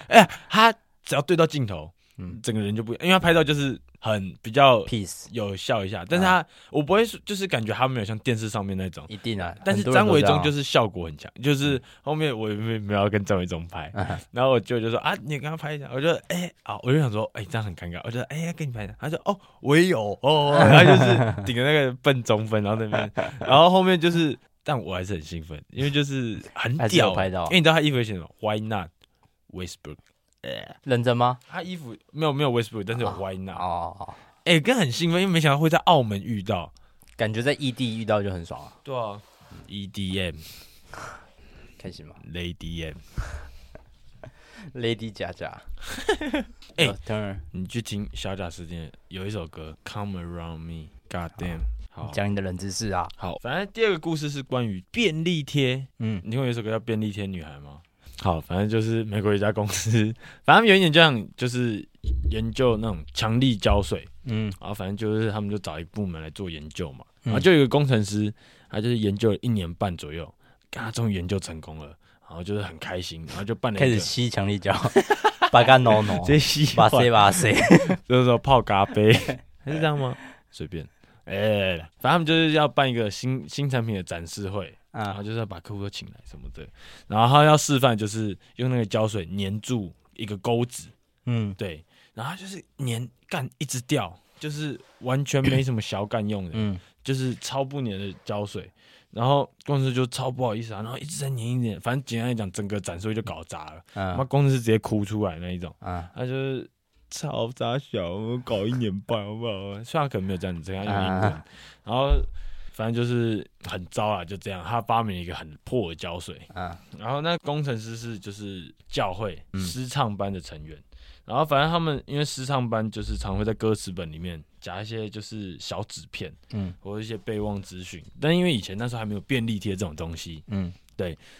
Speaker 1: 哎、他只要对到镜头，
Speaker 2: 嗯
Speaker 1: 整个人就不一样，因为他拍照就是很比较
Speaker 2: peace
Speaker 1: 有笑一下，但是
Speaker 2: 啊
Speaker 1: 他、我不会说就是感觉他没有像电视上面那种。
Speaker 2: 一定啊，
Speaker 1: <laughs>
Speaker 2: 嗯
Speaker 1: 但是张维忠就是效果很强，就是后面我也没没有要跟张维忠拍，
Speaker 2: 啊
Speaker 1: 然后我舅就说啊，你跟他拍一下，我就哎、啊，我就想说哎、这样很尴尬，我就说哎、呀，跟你拍一下，他
Speaker 2: <laughs>
Speaker 1: 说哦我也有 <laughs> 哦，然后就是顶着那个笨中分，然后那
Speaker 2: <laughs>
Speaker 1: 边，然后后面就是，但我还是很兴奋，因为就是很
Speaker 2: 还是有
Speaker 1: 屌欸
Speaker 2: 拍到
Speaker 1: 因为你知道他衣服有写什么，Why not Westbrook？
Speaker 2: 认真吗？
Speaker 1: 他衣服没有没有 Westbrook，但是有
Speaker 2: 啊
Speaker 1: Why not？
Speaker 2: 哦，哦
Speaker 1: 哎、跟很兴奋，因为没想到会在澳门遇到。
Speaker 2: 感觉在异地遇到就很爽啊，
Speaker 1: 对啊，EDM
Speaker 2: 开心吗
Speaker 1: Lady M，
Speaker 2: ？Lady 佳佳，
Speaker 1: <laughs> 哎
Speaker 2: 哦，当然
Speaker 1: 你去听小贾斯汀有一首歌《Come Around Me》，God damn，好
Speaker 2: 讲你的冷知识啊，
Speaker 1: 好，反正第二个故事是关于便利贴。
Speaker 2: 嗯，
Speaker 1: 你听过有一首歌叫《便利贴女孩》吗？好，反正就是美国有一家公司，反正他们有一点这样，就是研究那种强力胶水，
Speaker 2: 嗯
Speaker 1: 然后反正就是他们就找一部门来做研究嘛，
Speaker 2: 嗯
Speaker 1: 然后就有一个工程师，他就是研究了一年半左右，干他终于研究成功了，然后就是很开心，然后就办了
Speaker 2: 开
Speaker 1: 一
Speaker 2: 始
Speaker 1: 个
Speaker 2: 吸强
Speaker 1: <laughs>
Speaker 2: 力胶，巴嘎 no no，
Speaker 1: 这吸 <laughs>
Speaker 2: 哇
Speaker 1: 管
Speaker 2: 塞哇塞，
Speaker 1: 就是说泡咖啡，还是这样吗？随便，哎、反正他们就是要办一个新新产品的展示会，然
Speaker 2: 啊
Speaker 1: 后，就是要把客户都请来什么的，然后他要示范就是用那个胶水粘住一个钩子，
Speaker 2: 嗯
Speaker 1: 对，然后他就是粘干一直掉，就是完全没什么小干用的，
Speaker 2: 嗯，
Speaker 1: <clears throat> 就是超不粘的胶水，然后公司就超不好意思啊，然后一直在粘一粘，反正简单来讲，整个展示会就搞砸了，妈、
Speaker 2: 嗯
Speaker 1: 公司直接哭出来那一种，
Speaker 2: 啊
Speaker 1: 他就是超傻小，我搞一年半好不好？ <laughs> 虽然可能没有这样子，这样用英文，
Speaker 2: 啊
Speaker 1: 然后反正就是很糟啊，就这样，他发明了一个很破的胶水，
Speaker 2: 啊，
Speaker 1: 然后那工程师是就是教会
Speaker 2: 嗯
Speaker 1: 师唱班的成员，然后反正他们因为师唱班就是常会在歌词本里面夹一些就是小纸片，
Speaker 2: 嗯
Speaker 1: 嗯，或者一些备忘资讯，但因为以前那时候还没有便利贴这种东西，
Speaker 2: 嗯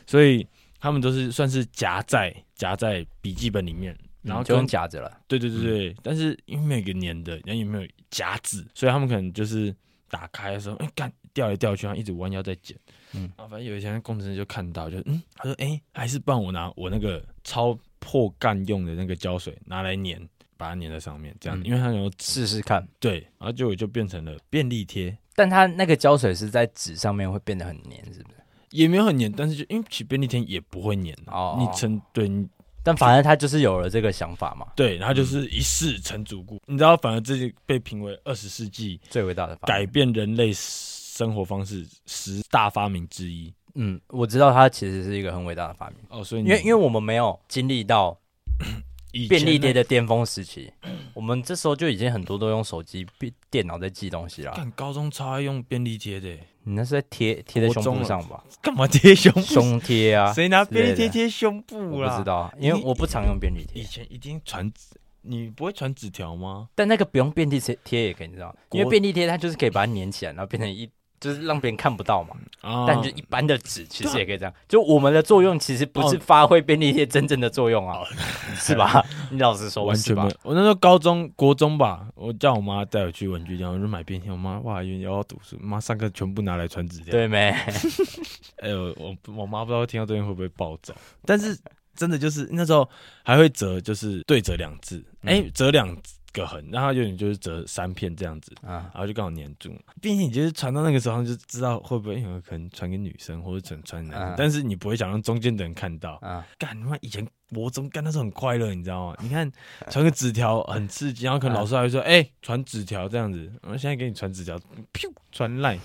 Speaker 1: 所以他们都是算是夹在夹在笔记本里面，然后
Speaker 2: 就
Speaker 1: 跟
Speaker 2: 用夹子了，
Speaker 1: 对对对对，但是因为每个粘的，然后也没有夹子，所以他们可能就是打开的时候，哎、干掉来掉去，然后一直弯腰在捡。
Speaker 2: 嗯
Speaker 1: 嗯，然后反正有一天工程师就看到，就嗯，他说，哎、还是帮我拿我那个超破干用的那个胶水拿来粘，把它粘在上面，这样，
Speaker 2: 嗯
Speaker 1: 因为它有纸，
Speaker 2: 试试看。
Speaker 1: 对，然后结果就变成了便利贴，
Speaker 2: 但它那个胶水是在纸上面会变得很黏，是不是？
Speaker 1: 也没有很粘，但是就因为其实便利贴也不会粘、啊，
Speaker 2: 哦
Speaker 1: 你成对你
Speaker 2: 但反正他就是有了这个想法嘛，
Speaker 1: 对，然后就是一试成主顾，你知道，反而这就被评为二十世纪
Speaker 2: 最伟大的发明
Speaker 1: 改变人类生活方式十大发明之一。
Speaker 2: 嗯，我知道它其实是一个很伟大的发明，
Speaker 1: 哦，所以
Speaker 2: 因
Speaker 1: 你
Speaker 2: 为因为我们没有经历到
Speaker 1: 以前
Speaker 2: 便利贴的巅峰时期，
Speaker 1: 嗯
Speaker 2: 我们这时候就已经很多都用手机、电电脑在寄东西
Speaker 1: 那，
Speaker 2: 了。
Speaker 1: 干高中超爱用便利贴的， <laughs>
Speaker 2: 你那是在贴贴在
Speaker 1: 国
Speaker 2: 胸
Speaker 1: 中
Speaker 2: 部
Speaker 1: 了
Speaker 2: 上吧？
Speaker 1: 干嘛贴胸部？
Speaker 2: <laughs> 胸贴啊，
Speaker 1: <laughs> 谁拿便利
Speaker 2: 之类
Speaker 1: 贴
Speaker 2: 的
Speaker 1: 贴胸部
Speaker 2: 我
Speaker 1: 啦？
Speaker 2: 不知。道啊，因为我不常用便利
Speaker 1: 以
Speaker 2: 贴，
Speaker 1: 前一定传纸，你不会传纸条吗？
Speaker 2: 但那个不用便利贴贴也可以，你知道吗，因为
Speaker 1: 国
Speaker 2: 便利贴它就是可以把它粘起来，然后变成一。就是让别人看不到嘛，
Speaker 1: 啊
Speaker 2: 但就一般的纸其实也可以这样。就我们的作用其实不是发挥便利贴真正的作用啊，
Speaker 1: <laughs>
Speaker 2: 是吧？你老实说，
Speaker 1: 哦完
Speaker 2: 是
Speaker 1: 全没
Speaker 2: 吧
Speaker 1: 有？。我那时候高中、国中吧，我叫我妈带我去文具店，我就买便利贴。我妈哇，原来要读书，妈上课全部拿来传纸条。
Speaker 2: 对没？ <laughs>
Speaker 1: 哎、我我我妈不知道听到这边会不会暴走， <laughs> 但是真的就是那时候还会折，就是对折两字，哎、折两个横，然后有点就是折三片这样子，
Speaker 2: 啊，
Speaker 1: 然后就刚好粘住。毕竟你就是传到那个时候就知道会不会有可能传给女生或者传传给男生，
Speaker 2: 嗯
Speaker 1: 但是你不会想让中间的人看到。
Speaker 2: 啊，
Speaker 1: 干他妈以前国中干那时候很快乐，你知道吗？你看传个纸条很刺激，然后可能老师还会说，哎、传纸条这样子，然后现在给你传纸条，噗传赖，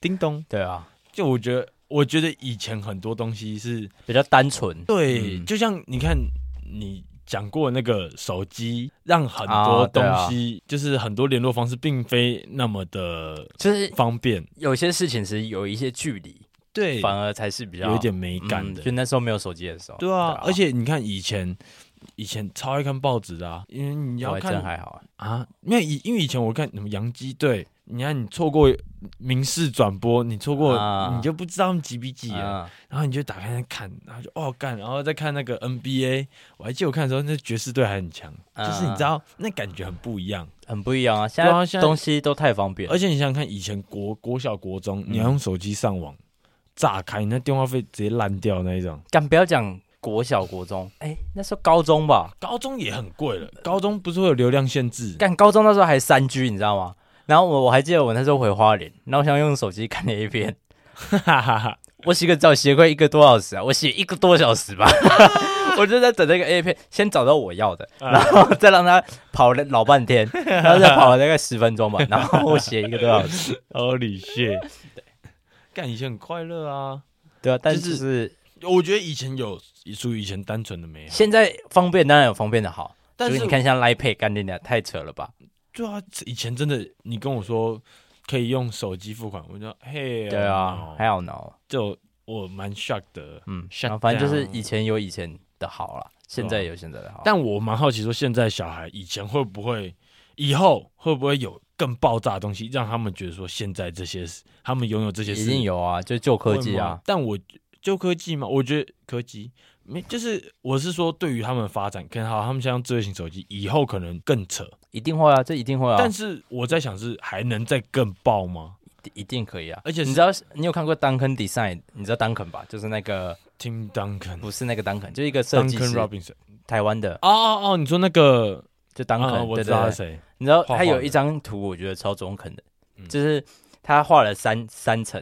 Speaker 1: 叮咚。
Speaker 2: 对啊，
Speaker 1: 就我觉得，我觉得以前很多东西是
Speaker 2: 比较单纯。
Speaker 1: 对，
Speaker 2: 嗯
Speaker 1: 就像你看，你讲过那个手机，让很多
Speaker 2: 啊
Speaker 1: 东
Speaker 2: 对啊
Speaker 1: 西、就是很多联络方式并非那么的
Speaker 2: 就是
Speaker 1: 方便，
Speaker 2: 有些事情是有一些距离，
Speaker 1: 对
Speaker 2: 反而才是比较
Speaker 1: 有一点美
Speaker 2: 嗯
Speaker 1: 感的。
Speaker 2: 就那时候没有手机的时候，
Speaker 1: 对啊，而且你看以前，以前超爱看报纸的、啊，因为你
Speaker 2: 我
Speaker 1: 要
Speaker 2: 还真
Speaker 1: 看
Speaker 2: 还好啊，
Speaker 1: 啊，因为以因为以前我看什么洋基队，你看你错过民视转播，你错过、
Speaker 2: 啊
Speaker 1: 你就不知道他们几比几了，
Speaker 2: 嗯
Speaker 1: 然后你就打开看，然后就哦干，然后再看那个 NBA，我还记得我看的时候，那爵士队还很强，
Speaker 2: 嗯
Speaker 1: 就是你知道那感觉很不一样。
Speaker 2: 很不一样啊。现
Speaker 1: 对啊现
Speaker 2: 在
Speaker 1: 在
Speaker 2: 东西都太方便了，
Speaker 1: 而且你想想看，以前国国小国中，你要用手机上网，炸开，你那电话费直接烂掉那一种。
Speaker 2: 干不要讲国小国中，哎，那时候高中吧，
Speaker 1: <laughs> 高中也很贵了，高中不是会有流量限 <laughs> 制？
Speaker 2: 干高中那时候还三 G，你知道吗？然后我我还记得我那时候回花莲，然后我想用手机看 A 片，
Speaker 1: 哈哈哈，
Speaker 2: 我洗个澡洗了快一个多小时啊，我洗一个多小
Speaker 1: <laughs>
Speaker 2: 时吧，我就在等那个 A 片，先找到我要的，
Speaker 1: 啊
Speaker 2: 然后再让他跑了老
Speaker 1: <laughs>
Speaker 2: 半天，然后再跑了大概十分钟吧，然后我洗了一个多小
Speaker 1: <laughs>
Speaker 2: 时。
Speaker 1: 好理谢。干以前很快乐啊，
Speaker 2: 对啊，但
Speaker 1: 就是
Speaker 2: 是
Speaker 1: 我觉得以前有属于以前单纯的美好，
Speaker 2: 现在方便当然有方便的好，
Speaker 1: 但
Speaker 2: 就是是你看像 Line Pay 干你俩太扯了吧？
Speaker 1: 对啊，以前真的你跟我说可以用手机付款，我就说嘿，
Speaker 2: 对啊，还
Speaker 1: 有
Speaker 2: 好呢。
Speaker 1: 就我蛮 shock 的，
Speaker 2: 嗯，
Speaker 1: 哦 Shut
Speaker 2: 然后反正就是
Speaker 1: down
Speaker 2: 以前有以前的好啦，现在
Speaker 1: 对啊
Speaker 2: 有现在的好。
Speaker 1: 但我蛮好奇说现在小孩以前会不会，以后会不会有更爆炸的东西，让他们觉得说现在这些事他们拥有这些事
Speaker 2: 一定有啊，就旧科技
Speaker 1: 会吗
Speaker 2: 啊，
Speaker 1: 但我就科技嘛，我觉得科技没，就是我是说对于他们的发展，可能好，他们像智慧型手机以后可能更扯，
Speaker 2: 一定会啊，这一定会啊，
Speaker 1: 但是我在想是还能再更爆吗
Speaker 2: 一定可以啊。
Speaker 1: 而且
Speaker 2: 你
Speaker 1: 是
Speaker 2: 知道你有看过 Duncan Design，你知道 Duncan 吧？就是那个
Speaker 1: ？Tim Duncan。
Speaker 2: 不是那个 Duncan，就一个设计
Speaker 1: Duncan
Speaker 2: 师，
Speaker 1: Robinson，
Speaker 2: 台湾的，
Speaker 1: 哦哦哦，你说那个
Speaker 2: 就
Speaker 1: 啊
Speaker 2: Duncan，
Speaker 1: 我
Speaker 2: 对
Speaker 1: 知道
Speaker 2: 对
Speaker 1: 是
Speaker 2: 对。
Speaker 1: 谁，
Speaker 2: 你知道
Speaker 1: 画画
Speaker 2: 他有
Speaker 1: 的
Speaker 2: 一张图，我觉得超中肯的，
Speaker 1: 嗯
Speaker 2: 就是他画了三三层，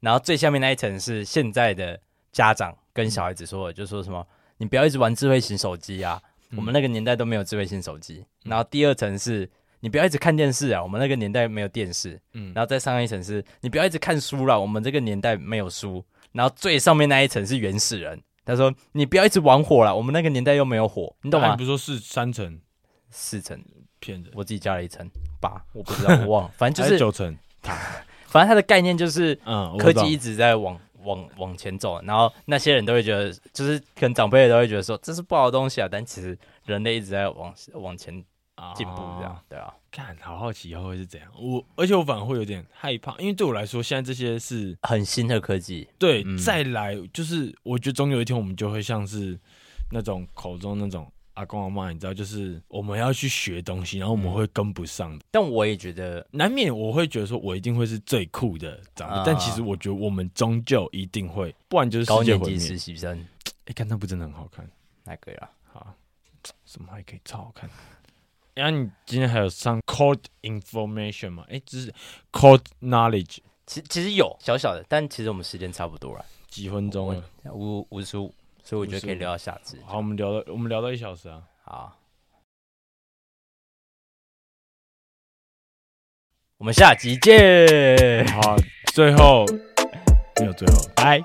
Speaker 2: 然后最下面那一层是现在的家长跟小孩子说的，就说什么你不要一直玩智慧型手机啊，
Speaker 1: 嗯
Speaker 2: 我们那个年代都没有智慧型手机。然后第二层是你不要一直看电视啊，我们那个年代没有电视。
Speaker 1: 嗯
Speaker 2: 然后再上一层是你不要一直看书啦，我们这个年代没有书。然后最上面那一层是原始人，他说你不要一直玩火啦，我们那个年代又没有火，你懂
Speaker 1: 啊你
Speaker 2: 吗
Speaker 1: 不？是说是三层
Speaker 2: 四层，
Speaker 1: 骗人，
Speaker 2: 我自己加了一层八，我不
Speaker 1: <laughs>
Speaker 2: 知道，我忘了，反正
Speaker 1: 还
Speaker 2: 就是是
Speaker 1: 九层，
Speaker 2: 反正它的概念就是
Speaker 1: 嗯，我
Speaker 2: 科
Speaker 1: 懂
Speaker 2: 技一直在往往往前走，然后那些人都会觉得，就是可能长辈也都会觉得说这是不好的东西啊，但其实人类一直在往往前进步，这样、
Speaker 1: 啊
Speaker 2: 对啊，
Speaker 1: 看，好好奇以后会是怎样。我而且我反而会有点害怕，因为对我来说，现在这些是
Speaker 2: 很新的科技，
Speaker 1: 对、
Speaker 2: 嗯
Speaker 1: 再来，就是我觉得总有一天我们就会像是那种口中那种阿公阿妈，你知道，就是我们要去学东西，然后我们会跟不上的。
Speaker 2: 但我也觉得
Speaker 1: 难免我会觉得说，我一定会是最酷的长辈，
Speaker 2: 啊
Speaker 1: 但其实我觉得我们终究一定会，不然就是
Speaker 2: 高
Speaker 1: 世界
Speaker 2: 年
Speaker 1: 毁
Speaker 2: 级
Speaker 1: 灭。
Speaker 2: 实习生
Speaker 1: 哎、看那部真的很好看，
Speaker 2: 那个呀、
Speaker 1: 好，什么还可以超好看。然后你今天还有上 Code Information 吗？哎、这是 Code Knowledge。
Speaker 2: 其其实有小小的，但其实我们时间差不多了，
Speaker 1: 几分
Speaker 2: 哦
Speaker 1: 钟了。
Speaker 2: 五五十五，所以我觉得可以
Speaker 1: 55
Speaker 2: 聊到下次，
Speaker 1: 好，我们聊到我们聊到一小时啊。
Speaker 2: 好，我们下集见。
Speaker 1: 好，最后没有最后，拜。